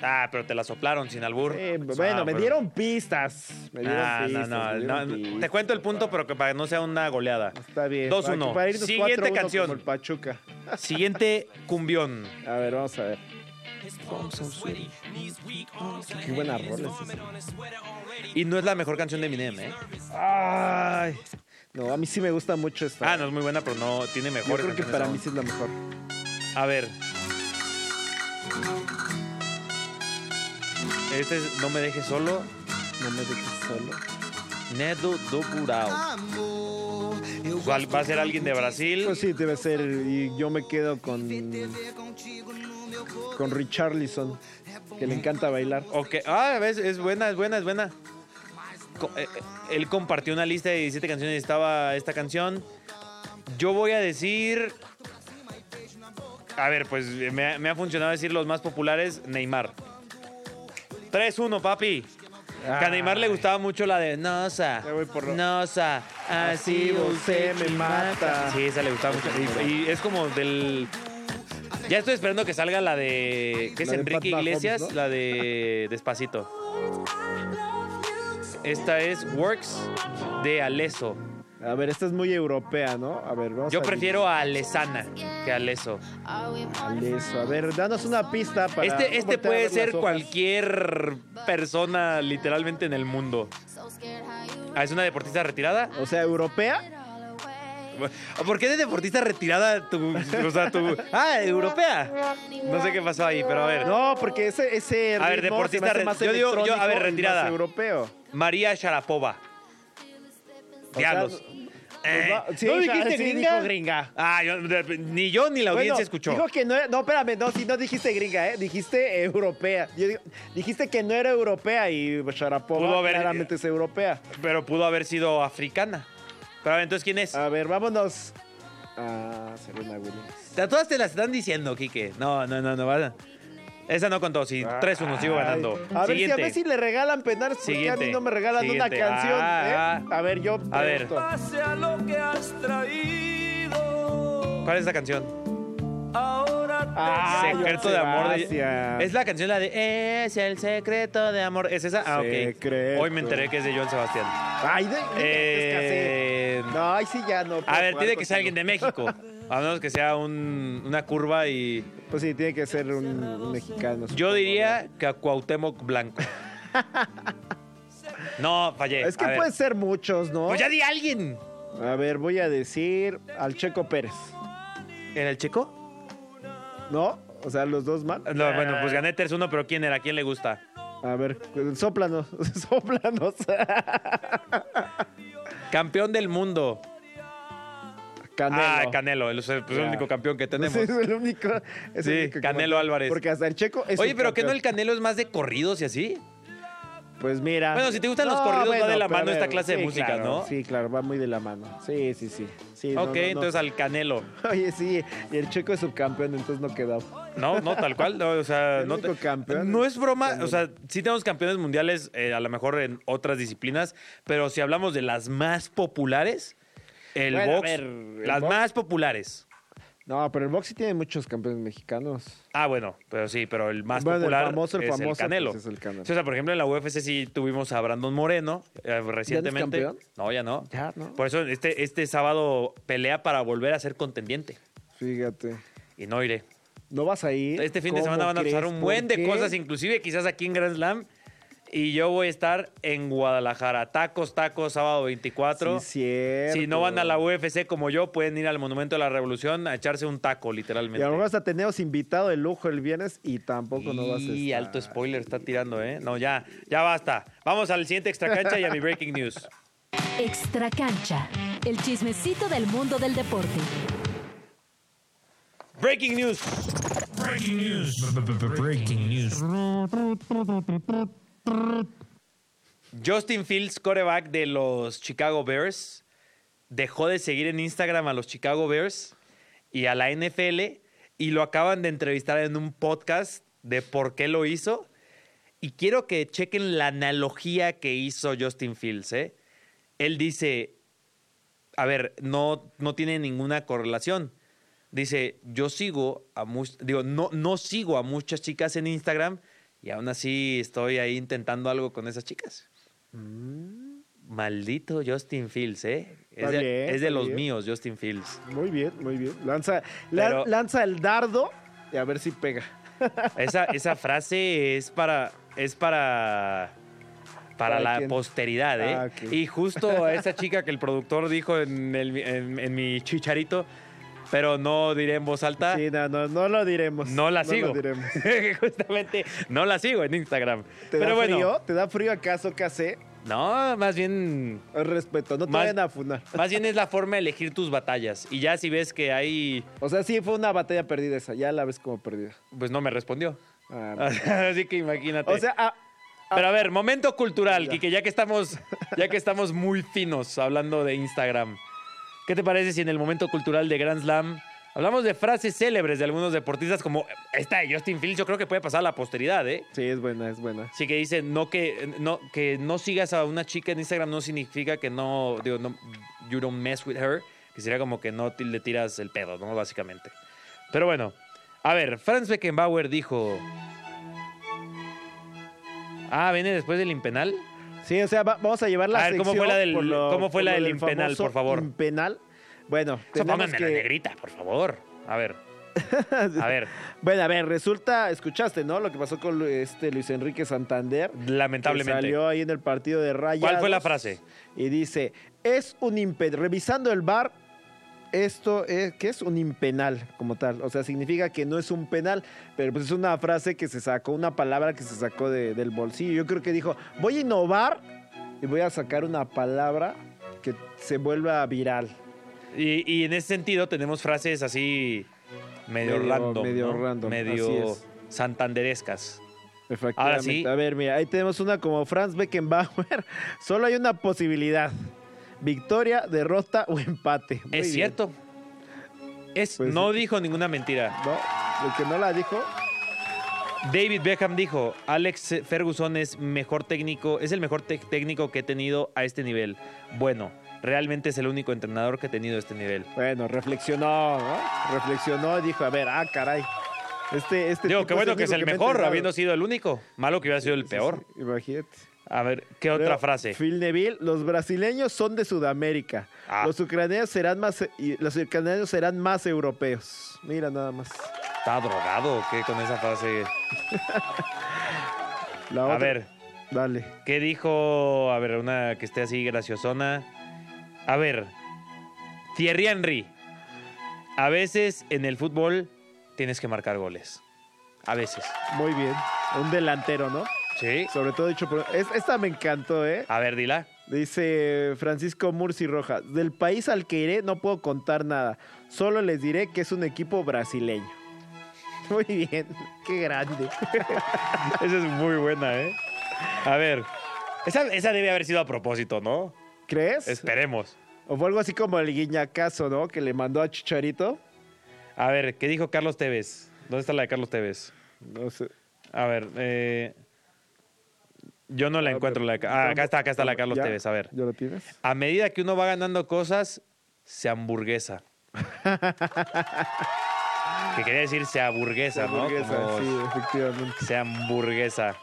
Speaker 2: Ah, pero te la soplaron sin albur.
Speaker 3: Eh, bueno,
Speaker 2: Ah,
Speaker 3: me
Speaker 2: pero-
Speaker 3: dieron pistas. Me dieron
Speaker 2: Ah, no,
Speaker 3: pistas.
Speaker 2: no,
Speaker 3: me dieron
Speaker 2: no,
Speaker 3: pistas.
Speaker 2: Te cuento el punto, pero que para que no sea una goleada.
Speaker 3: Está bien. para-
Speaker 2: 2-1.
Speaker 3: para irnos
Speaker 2: Siguiente
Speaker 3: 4-1
Speaker 2: canción.
Speaker 3: Como el Pachuca.
Speaker 2: Siguiente cumbión.
Speaker 3: A ver, vamos a ver. Qué buena rola es esa.
Speaker 2: Y no es la mejor canción de Eminem, ¿eh?
Speaker 3: Ay, no, a mí sí me gusta mucho esta.
Speaker 2: Ah, no es muy buena, pero no tiene
Speaker 3: Yo
Speaker 2: mejor.
Speaker 3: creo que para mí sí es la mejor.
Speaker 2: A ver. Este es No me dejes solo.
Speaker 3: No me dejes solo.
Speaker 2: Nedo do Curao. Igual Va a ser alguien de Brasil.
Speaker 3: Pues sí, debe ser. Y yo me quedo con. Con Richarlison, que le encanta bailar.
Speaker 2: Ok. Ah, ves, es buena, es buena, es buena. Co- eh, eh, Él compartió una lista de 17 canciones y estaba esta canción. Yo voy a decir. A ver, pues me, ha- me ha funcionado decir los más populares. Neymar. 3-1, papi. Que a Neymar le gustaba mucho la de Nosa.
Speaker 3: Ya voy por lo-
Speaker 2: Nosa. Así usted me mata. Sí, esa le gustaba mucho. Y, y es como del. Ya estoy esperando que salga la de. ¿Qué es
Speaker 3: La de
Speaker 2: Enrique
Speaker 3: Pat Mahomes,
Speaker 2: Iglesias?
Speaker 3: ¿no?
Speaker 2: La de Despacito. Esta es Works de Aleso.
Speaker 3: A ver, esta es muy europea, ¿no? A ver, vamos
Speaker 2: Yo
Speaker 3: a
Speaker 2: prefiero a Alesana que a Aleso.
Speaker 3: Dale eso. A ver, danos una pista para.
Speaker 2: Este, este
Speaker 3: voltear a
Speaker 2: puede
Speaker 3: ver
Speaker 2: ser
Speaker 3: las hojas.
Speaker 2: cualquier persona literalmente en el mundo. Ah, ¿Es una deportista retirada?
Speaker 3: O sea, europea.
Speaker 2: ¿Por qué de deportista retirada tu, o sea, tu, ah, europea? No sé qué pasó ahí, pero a ver.
Speaker 3: No, porque ese. ese
Speaker 2: A ver,
Speaker 3: ritmo se
Speaker 2: deportista
Speaker 3: me hace
Speaker 2: re-
Speaker 3: más
Speaker 2: yo digo- yo- a ver,
Speaker 3: electrónico y más
Speaker 2: retirada.
Speaker 3: europeo.
Speaker 2: María Sharapova.
Speaker 3: sea, pues
Speaker 2: Diablos. Eh,
Speaker 3: va- sí,
Speaker 2: ¿No
Speaker 3: o sea,
Speaker 2: dijiste
Speaker 3: sí
Speaker 2: gringa?
Speaker 3: dijo gringa.
Speaker 2: Ah, yo- de- ni yo ni la
Speaker 3: Bueno,
Speaker 2: audiencia escuchó.
Speaker 3: Dijo que no era. No, espérame, no, si no dijiste gringa, ¿eh? Dijiste europea. Yo digo- dijiste que no era europea y pues,
Speaker 2: Pudo
Speaker 3: Sharapova
Speaker 2: haber-
Speaker 3: claramente es europea.
Speaker 2: Pero pudo haber sido africana. Pero a ver, entonces, ¿quién es?
Speaker 3: A ver, vámonos. Ah, Serena Williams.
Speaker 2: A Todas te las están diciendo, Quique. No, no, no, no. vas a- Esa no contó. Sí, 3-1, sigo ganando.
Speaker 3: Ah, Ay, A ver, si,
Speaker 2: Siguiente.
Speaker 3: a ver si le regalan penales, porque a
Speaker 2: Siguiente.
Speaker 3: mí no me regalan
Speaker 2: Siguiente.
Speaker 3: una canción.
Speaker 2: Ah,
Speaker 3: ¿eh? A ver, yo.
Speaker 2: A ver.
Speaker 3: pregunto.
Speaker 9: a lo que has traído.
Speaker 2: ¿Cuál es la canción?
Speaker 9: Ahora
Speaker 3: Ah,
Speaker 2: secreto
Speaker 3: Joan
Speaker 2: de amor de.
Speaker 3: Sebastián.
Speaker 2: Es la canción la de Es el secreto de amor. ¿Es esa? Ah, ok.
Speaker 3: Secreto.
Speaker 2: Hoy me enteré que es de Joan Sebastián.
Speaker 3: Ay, de, de-
Speaker 2: Eh,
Speaker 3: es que así. No, ay, sí, ya no. puedo
Speaker 2: a ver,
Speaker 3: jugar
Speaker 2: tiene que ser alguien
Speaker 3: contigo.
Speaker 2: de México. A menos que sea un- una curva y.
Speaker 3: Pues sí, tiene que ser un, un mexicano.
Speaker 2: Yo
Speaker 3: supongo.
Speaker 2: diría que a Cuauhtémoc Blanco. No, fallé.
Speaker 3: Es que
Speaker 2: eh, A ver.
Speaker 3: pueden ser muchos, ¿no?
Speaker 2: Pues ya di alguien.
Speaker 3: A ver, voy a decir al Checo Pérez.
Speaker 2: ¿Era el checo?
Speaker 3: ¿No? O sea, los dos mal.
Speaker 2: No, bueno, pues gané 3-1, pero ¿quién era? ¿Quién le gusta?
Speaker 3: A ver, *laughs* soplanos, soplanos.
Speaker 2: Ah, Campeón del mundo.
Speaker 3: Canelo.
Speaker 2: Ah, Canelo. el- pues, el
Speaker 3: Ya.
Speaker 2: único campeón que tenemos.
Speaker 3: *laughs* Sí, es el único. es
Speaker 2: Sí,
Speaker 3: el único que
Speaker 2: Canelo
Speaker 3: manda.
Speaker 2: Álvarez.
Speaker 3: Porque hasta el Checo es
Speaker 2: Oye,
Speaker 3: un
Speaker 2: pero ¿qué no el
Speaker 3: campeón.
Speaker 2: Canelo es más de corridos y así?
Speaker 3: Pues mira.
Speaker 2: Bueno, si te gustan los corridos, va de la
Speaker 3: pero a
Speaker 2: mano esta clase de
Speaker 3: sí,
Speaker 2: música,
Speaker 3: claro,
Speaker 2: ¿no?
Speaker 3: Sí, claro, va muy de la mano. Sí, sí, sí. sí no,
Speaker 2: ok,
Speaker 3: no, no.
Speaker 2: entonces al Canelo.
Speaker 3: *laughs* Oye, sí, y el Checo es subcampeón, entonces no quedaba.
Speaker 2: No, no, tal cual. No, o sea,
Speaker 3: El
Speaker 2: no, te-
Speaker 3: único campeón
Speaker 2: no
Speaker 3: es
Speaker 2: es broma. O sea, sí tenemos campeones mundiales, eh, a lo mejor en otras disciplinas, pero si hablamos de las más populares, el
Speaker 3: Bueno, a
Speaker 2: box,
Speaker 3: ver, el
Speaker 2: las
Speaker 3: box.
Speaker 2: más populares.
Speaker 3: No, pero el box sí tiene muchos campeones mexicanos.
Speaker 2: Ah, bueno, pero sí, pero el más
Speaker 3: Bueno, el
Speaker 2: popular
Speaker 3: famoso, el
Speaker 2: es, el
Speaker 3: famoso,
Speaker 2: Canelo.
Speaker 3: pues, es el Canelo.
Speaker 2: Sí, o sea, por ejemplo, en la UFC sí tuvimos a Brandon Moreno eh, recientemente.
Speaker 3: campeón?
Speaker 2: no, ya no.
Speaker 3: Ya, ¿no?
Speaker 2: Por eso este, este sábado pelea para volver a ser contendiente.
Speaker 3: Fíjate.
Speaker 2: Y no iré.
Speaker 3: ¿No vas a ir?
Speaker 2: Este fin de semana
Speaker 3: ¿Cómo
Speaker 2: van a pasar
Speaker 3: crees?
Speaker 2: un buen
Speaker 3: ¿Por
Speaker 2: de
Speaker 3: qué?
Speaker 2: cosas, inclusive quizás aquí en Grand Slam. Y yo voy a estar en Guadalajara. Tacos, tacos, sábado 24.
Speaker 3: Sí, cierto.
Speaker 2: si no van a la UFC como yo, pueden ir al Monumento de la Revolución a echarse un taco,
Speaker 3: Y a lo
Speaker 2: literalmente.
Speaker 3: mejor hasta tenemos invitado de lujo el viernes y tampoco no vas a
Speaker 2: Y
Speaker 3: estar.
Speaker 2: alto spoiler está tirando, ¿eh? No, ya, ya basta. Vamos al siguiente extra cancha y a mi breaking news.
Speaker 4: Extra cancha. El chismecito del mundo del deporte.
Speaker 2: Breaking news.
Speaker 5: Breaking news. Breaking news.
Speaker 2: Justin Fields, coreback de los Chicago Bears, dejó de seguir en Instagram a los Chicago Bears y a la NFL y lo acaban de entrevistar en un podcast de por qué lo hizo. Y quiero que chequen la analogía que hizo Justin Fields. ¿eh? Él dice, a ver, no, no tiene ninguna correlación. Dice, yo sigo a much- digo, no, no sigo a muchas chicas en Instagram y aún así estoy ahí intentando algo con esas chicas. Maldito Justin Fields, ¿eh? Es
Speaker 3: Mm. Está
Speaker 2: de,
Speaker 3: bien,
Speaker 2: es de
Speaker 3: está
Speaker 2: los
Speaker 3: bien.
Speaker 2: míos, Justin Fields.
Speaker 3: Muy bien, muy bien. Lanza, la-
Speaker 2: Pero-
Speaker 3: lanza el dardo y a ver si pega.
Speaker 2: Esa, esa frase es para. es para. Para
Speaker 3: ¿Para
Speaker 2: la
Speaker 3: quién?
Speaker 2: posteridad, ¿eh?
Speaker 3: Ah, ok.
Speaker 2: Y justo
Speaker 3: *laughs*
Speaker 2: a esa chica que el productor dijo en, el- en- en mi chicharito, pero no diré en voz alta.
Speaker 3: Sí, no, no, no lo diremos.
Speaker 2: No la
Speaker 3: lo
Speaker 2: sigo.
Speaker 3: diremos.
Speaker 2: *laughs* Justamente no la sigo en Instagram.
Speaker 3: ¿Te
Speaker 2: Pero
Speaker 3: da
Speaker 2: bueno.
Speaker 3: frío? ¿Te da frío acaso, KC?
Speaker 2: No, más bien.
Speaker 3: Al Respeto, no te
Speaker 2: Más-
Speaker 3: vayan a funar.
Speaker 2: Más bien es la forma de elegir tus batallas. Y ya si ves que hay.
Speaker 3: O sea, sí fue una batalla perdida esa, ya la ves como perdida.
Speaker 2: Pues no me respondió. *laughs*
Speaker 3: Ah,
Speaker 2: Así que imagínate.
Speaker 3: o sea, ah,
Speaker 2: Pero a ver, momento cultural,
Speaker 3: Ya.
Speaker 2: Kike, ya que estamos, ya que estamos muy finos hablando de Instagram. ¿Qué te parece si en el momento cultural de Grand Slam hablamos de frases célebres de algunos deportistas como esta de Justin Fields? Yo creo que puede pasar a la posteridad, ¿eh?
Speaker 3: sí, es buena, es buena.
Speaker 2: Sí que dice no que no que no sigas a una chica en Instagram no significa que no digo no you don't mess with her que sería como que no ti- le tiras el pedo no básicamente pero bueno a ver Franz Beckenbauer dijo ah viene después del impenal
Speaker 3: Sí, o sea, va- vamos a llevar la
Speaker 2: A ver, ¿cómo fue
Speaker 3: sección
Speaker 2: la del-
Speaker 3: por
Speaker 2: cómo fue
Speaker 3: por
Speaker 2: la
Speaker 3: lo
Speaker 2: del impenal,
Speaker 3: famoso
Speaker 2: por favor?
Speaker 3: Impenal. Bueno,
Speaker 2: Eso
Speaker 3: tenemos
Speaker 2: pónganme la
Speaker 3: que...
Speaker 2: negrita por favor a
Speaker 3: *laughs*
Speaker 2: ver a ver
Speaker 3: Bueno, a ver, resulta, escuchaste, ¿no? Lo que pasó con Lu- este Luis Enrique Santander. que
Speaker 2: lamentablemente
Speaker 3: Salió ahí en el partido de Raya.
Speaker 2: ¿cuál fue la frase
Speaker 3: Y dice, es un impenal. Revisando el bar, esto es que es un impenal como tal. O sea, significa que no es un penal, pero pues es una frase que se sacó, una palabra que se sacó de- del bolsillo. Yo creo que dijo, voy a innovar y voy a sacar una palabra que se vuelva viral.
Speaker 2: Y, y en ese sentido tenemos frases así medio,
Speaker 3: Medio-
Speaker 2: random.
Speaker 3: medio
Speaker 2: ¿no?
Speaker 3: random,
Speaker 2: Medio
Speaker 3: así es.
Speaker 2: santanderescas.
Speaker 3: Efectivamente.
Speaker 2: sí.
Speaker 3: A ver, mira, ahí tenemos una como Franz Beckenbauer. *laughs* Solo hay una posibilidad. Victoria, derrota o empate. Muy
Speaker 2: es
Speaker 3: bien.
Speaker 2: cierto. Es,
Speaker 3: Pues
Speaker 2: no
Speaker 3: sí.
Speaker 2: dijo ninguna mentira.
Speaker 3: ¿No? El que no la dijo,
Speaker 2: David Beckham dijo, Alex Ferguson es mejor técnico, es el mejor tec- técnico que he tenido a este nivel. Bueno, realmente es el único entrenador que he tenido a este nivel.
Speaker 3: bueno, reflexionó, ¿no? Reflexionó y dijo, a ver, ah, caray. Este, este
Speaker 2: Digo,
Speaker 3: tipo
Speaker 2: qué bueno que es
Speaker 3: único
Speaker 2: el
Speaker 3: me ha
Speaker 2: mejor,
Speaker 3: entrenado.
Speaker 2: habiendo sido el único. Malo que hubiera sido el
Speaker 3: Sí,
Speaker 2: peor.
Speaker 3: sí, imagínate.
Speaker 2: A ver, ¿qué otra
Speaker 3: Luego,
Speaker 2: frase?
Speaker 3: Phil Neville, los brasileños son de Sudamérica.
Speaker 2: Ah.
Speaker 3: Los ucranianos serán más y los ucranianos serán más europeos. Mira nada más.
Speaker 2: ¿Está drogado o qué con esa frase?
Speaker 3: La
Speaker 2: A
Speaker 3: otra-
Speaker 2: ver.
Speaker 3: Dale.
Speaker 2: ¿Qué dijo? A ver, una que esté así graciosona. A ver, Thierry Henry. A veces en el fútbol tienes que marcar goles. A veces.
Speaker 3: Muy bien. Un delantero, ¿no?
Speaker 2: Sí.
Speaker 3: Sobre todo dicho por... es- esta me encantó, ¿eh?
Speaker 2: A ver, dila.
Speaker 3: Dice Francisco Murci Rojas. Del país al que iré no puedo contar nada. Solo les diré que es un equipo brasileño. *laughs* Muy bien. Qué grande.
Speaker 2: *laughs* Esa es muy buena, ¿eh? A ver. Esa, esa debe haber sido a propósito, ¿no?
Speaker 3: ¿Crees?
Speaker 2: Esperemos.
Speaker 3: O fue algo así como el guiñacazo, ¿no? Que le mandó a Chicharito.
Speaker 2: A ver, ¿qué dijo Carlos Tevez? ¿Dónde está la de Carlos Tevez?
Speaker 3: No sé.
Speaker 2: A ver, eh, yo no la encuentro. La de Ca- ah, acá está, acá está la de Carlos
Speaker 3: ¿Ya?
Speaker 2: Tevez. A ver.
Speaker 3: ¿Ya lo tienes?
Speaker 2: A medida que uno va ganando cosas, se
Speaker 3: *laughs*
Speaker 2: hamburguesa. que quería decir se hamburguesa, ¿no?
Speaker 3: Hamburguesa,
Speaker 2: Como
Speaker 3: sí, efectivamente.
Speaker 2: Se hamburguesa.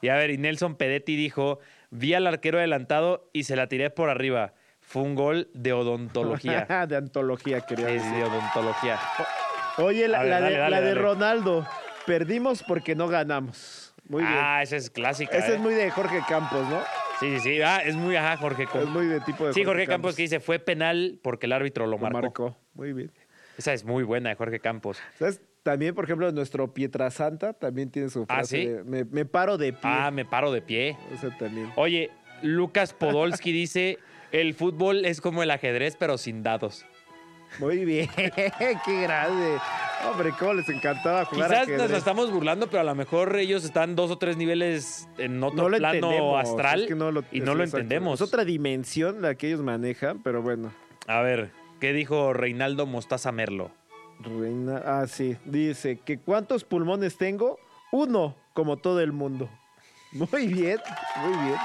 Speaker 2: Y a ver, y Nelson Pedetti dijo, vi al arquero adelantado y se la tiré por arriba. Fue un gol de odontología.
Speaker 3: *laughs* de antología,
Speaker 2: es
Speaker 3: quería decir.
Speaker 2: de odontología.
Speaker 3: Oye, la,
Speaker 2: A ver,
Speaker 3: la
Speaker 2: dale,
Speaker 3: de,
Speaker 2: dale,
Speaker 3: la de
Speaker 2: dale.
Speaker 3: Ronaldo. Perdimos porque no ganamos. Muy bien.
Speaker 2: Ah, esa es clásica.
Speaker 3: Ese
Speaker 2: ¿eh?
Speaker 3: es muy de Jorge Campos, ¿no?
Speaker 2: Sí, sí, sí. Ah, es muy, ajá, Jorge. Com-
Speaker 3: Es muy de tipo de
Speaker 2: sí, Jorge Campos que dice, fue penal porque el árbitro lo
Speaker 3: Lo marcó.
Speaker 2: marcó.
Speaker 3: Muy bien.
Speaker 2: Esa es muy buena de Jorge Campos.
Speaker 3: ¿Sabes? También, por ejemplo, nuestro Pietrasanta también tiene su frase
Speaker 2: Ah, ¿sí?
Speaker 3: de, me, me paro de pie.
Speaker 2: Ah, me paro de pie.
Speaker 3: O sea, también. *laughs*
Speaker 2: Oye, Lucas Podolski dice, El fútbol es como el ajedrez, pero sin dados.
Speaker 3: Muy bien, *laughs* qué grande. Hombre, cómo les encantaba jugar
Speaker 2: Quizás
Speaker 3: ajedrez.
Speaker 2: nos estamos burlando, pero a lo mejor ellos están dos o tres niveles en otro
Speaker 3: No lo
Speaker 2: plano
Speaker 3: entendemos,
Speaker 2: astral
Speaker 3: es que no lo-
Speaker 2: y
Speaker 3: es
Speaker 2: no lo
Speaker 3: exacto.
Speaker 2: entendemos.
Speaker 3: Es otra dimensión la que ellos manejan, pero bueno.
Speaker 2: A ver, ¿qué dijo Reinaldo Mostaza Merlo?
Speaker 3: Reina, ah, sí. Dice que ¿cuántos pulmones tengo? Uno, como todo el mundo. *laughs* Muy bien, muy bien.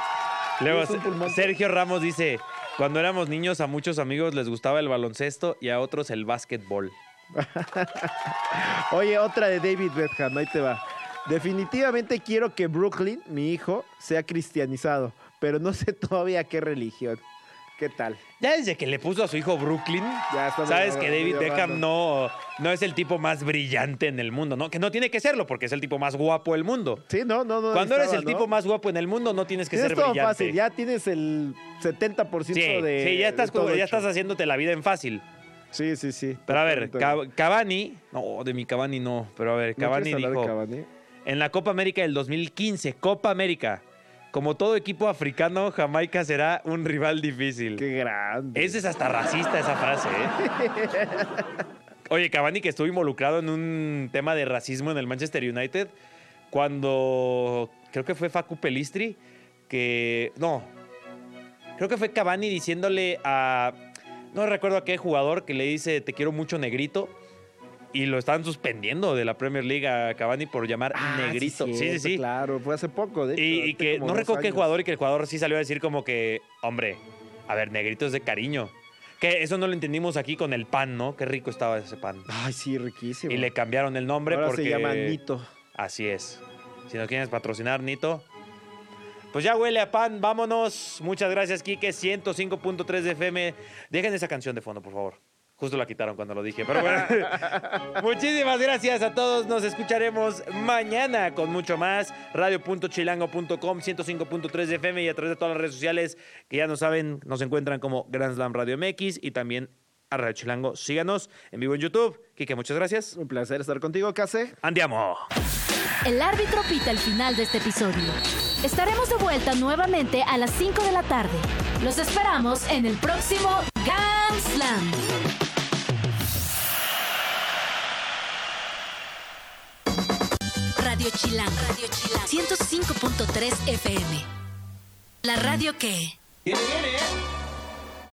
Speaker 2: Luego,
Speaker 3: Es un pulmón.
Speaker 2: Sergio Ramos dice, cuando éramos niños a muchos amigos les gustaba el baloncesto y a otros el básquetbol.
Speaker 3: Oye, otra de David Beckham, ahí te va. Definitivamente quiero que Brooklyn, mi hijo, sea cristianizado, pero no sé *laughs* todavía qué religión. ¿Qué tal?
Speaker 2: Ya desde que le puso a su hijo Brooklyn,
Speaker 3: Ya estamos
Speaker 2: sabes que
Speaker 3: hablando,
Speaker 2: David Beckham
Speaker 3: hablando.
Speaker 2: no, no es el tipo más brillante en el mundo, ¿no? Que no tiene que serlo porque es el tipo más guapo del mundo.
Speaker 3: Sí, no, no, no.
Speaker 2: Cuando eres
Speaker 3: estaba,
Speaker 2: el
Speaker 3: ¿no?
Speaker 2: tipo más guapo en el mundo, no tienes que
Speaker 3: Tienes
Speaker 2: ser
Speaker 3: todo
Speaker 2: brillante.
Speaker 3: fácil, ya tienes el 70%
Speaker 2: sí,
Speaker 3: de.
Speaker 2: sí, ya
Speaker 3: de
Speaker 2: estás,
Speaker 3: todo
Speaker 2: ya
Speaker 3: hecho.
Speaker 2: estás haciéndote la vida en fácil.
Speaker 3: Sí, sí, sí.
Speaker 2: Pero a ver,
Speaker 3: Totalmente.
Speaker 2: Ca- Cavani, no, de mi Cavani no, pero a ver,
Speaker 3: ¿No
Speaker 2: Cavani
Speaker 3: quieres hablar de
Speaker 2: dijo,
Speaker 3: Cavani?
Speaker 2: en la Copa América del 2015, Copa América, como todo equipo africano, Jamaica será un rival difícil.
Speaker 3: Qué grande.
Speaker 2: Esa es hasta racista esa frase,
Speaker 3: *laughs*
Speaker 2: ¿eh? Oye, Cavani que estuvo involucrado en un tema de racismo en el Manchester United cuando creo que fue Facu Pelistri que no creo que fue Cavani diciéndole a no recuerdo a qué jugador que le dice te quiero mucho negrito y lo están suspendiendo de la Premier League a Cavani por llamar
Speaker 3: Ah,
Speaker 2: negrito. Sí, sí,
Speaker 3: cierto,
Speaker 2: sí.
Speaker 3: Claro, fue hace poco, de hecho.
Speaker 2: Y, y
Speaker 3: hace
Speaker 2: que
Speaker 3: como
Speaker 2: no
Speaker 3: dos
Speaker 2: recuerdo qué
Speaker 3: años.
Speaker 2: jugador y que el jugador sí salió a decir como que, hombre, a ver, negrito es de cariño. Que eso no lo entendimos aquí con el pan, ¿no? Qué rico estaba ese pan.
Speaker 3: Ay, sí, riquísimo.
Speaker 2: Y le cambiaron el nombre
Speaker 3: Ahora
Speaker 2: porque...
Speaker 3: se llama Nito.
Speaker 2: Así es. Si nos quieres patrocinar, Nito. Pues ya huele a pan, vámonos. Muchas gracias, Quique. 105.3 de FM. Dejen esa canción de fondo, por favor. Justo la quitaron cuando lo dije, pero bueno. Muchísimas gracias a todos. Nos escucharemos mañana con mucho más. Radio.chilango.com, 105.3 de FM y a través de todas las redes sociales que ya nos saben, nos encuentran como Grand Slam Radio MX y también a Radio Chilango. Síganos en vivo en YouTube. Quique, muchas gracias.
Speaker 3: Un placer estar contigo, Case.
Speaker 2: Andiamo.
Speaker 4: El árbitro pita el final de este episodio. Estaremos de vuelta nuevamente a las 5 de la tarde. Los esperamos en el próximo Grand Slam. Radio Chilán, Radio Chilán, 105.3 FM. La radio que...
Speaker 9: Viene, viene, eh.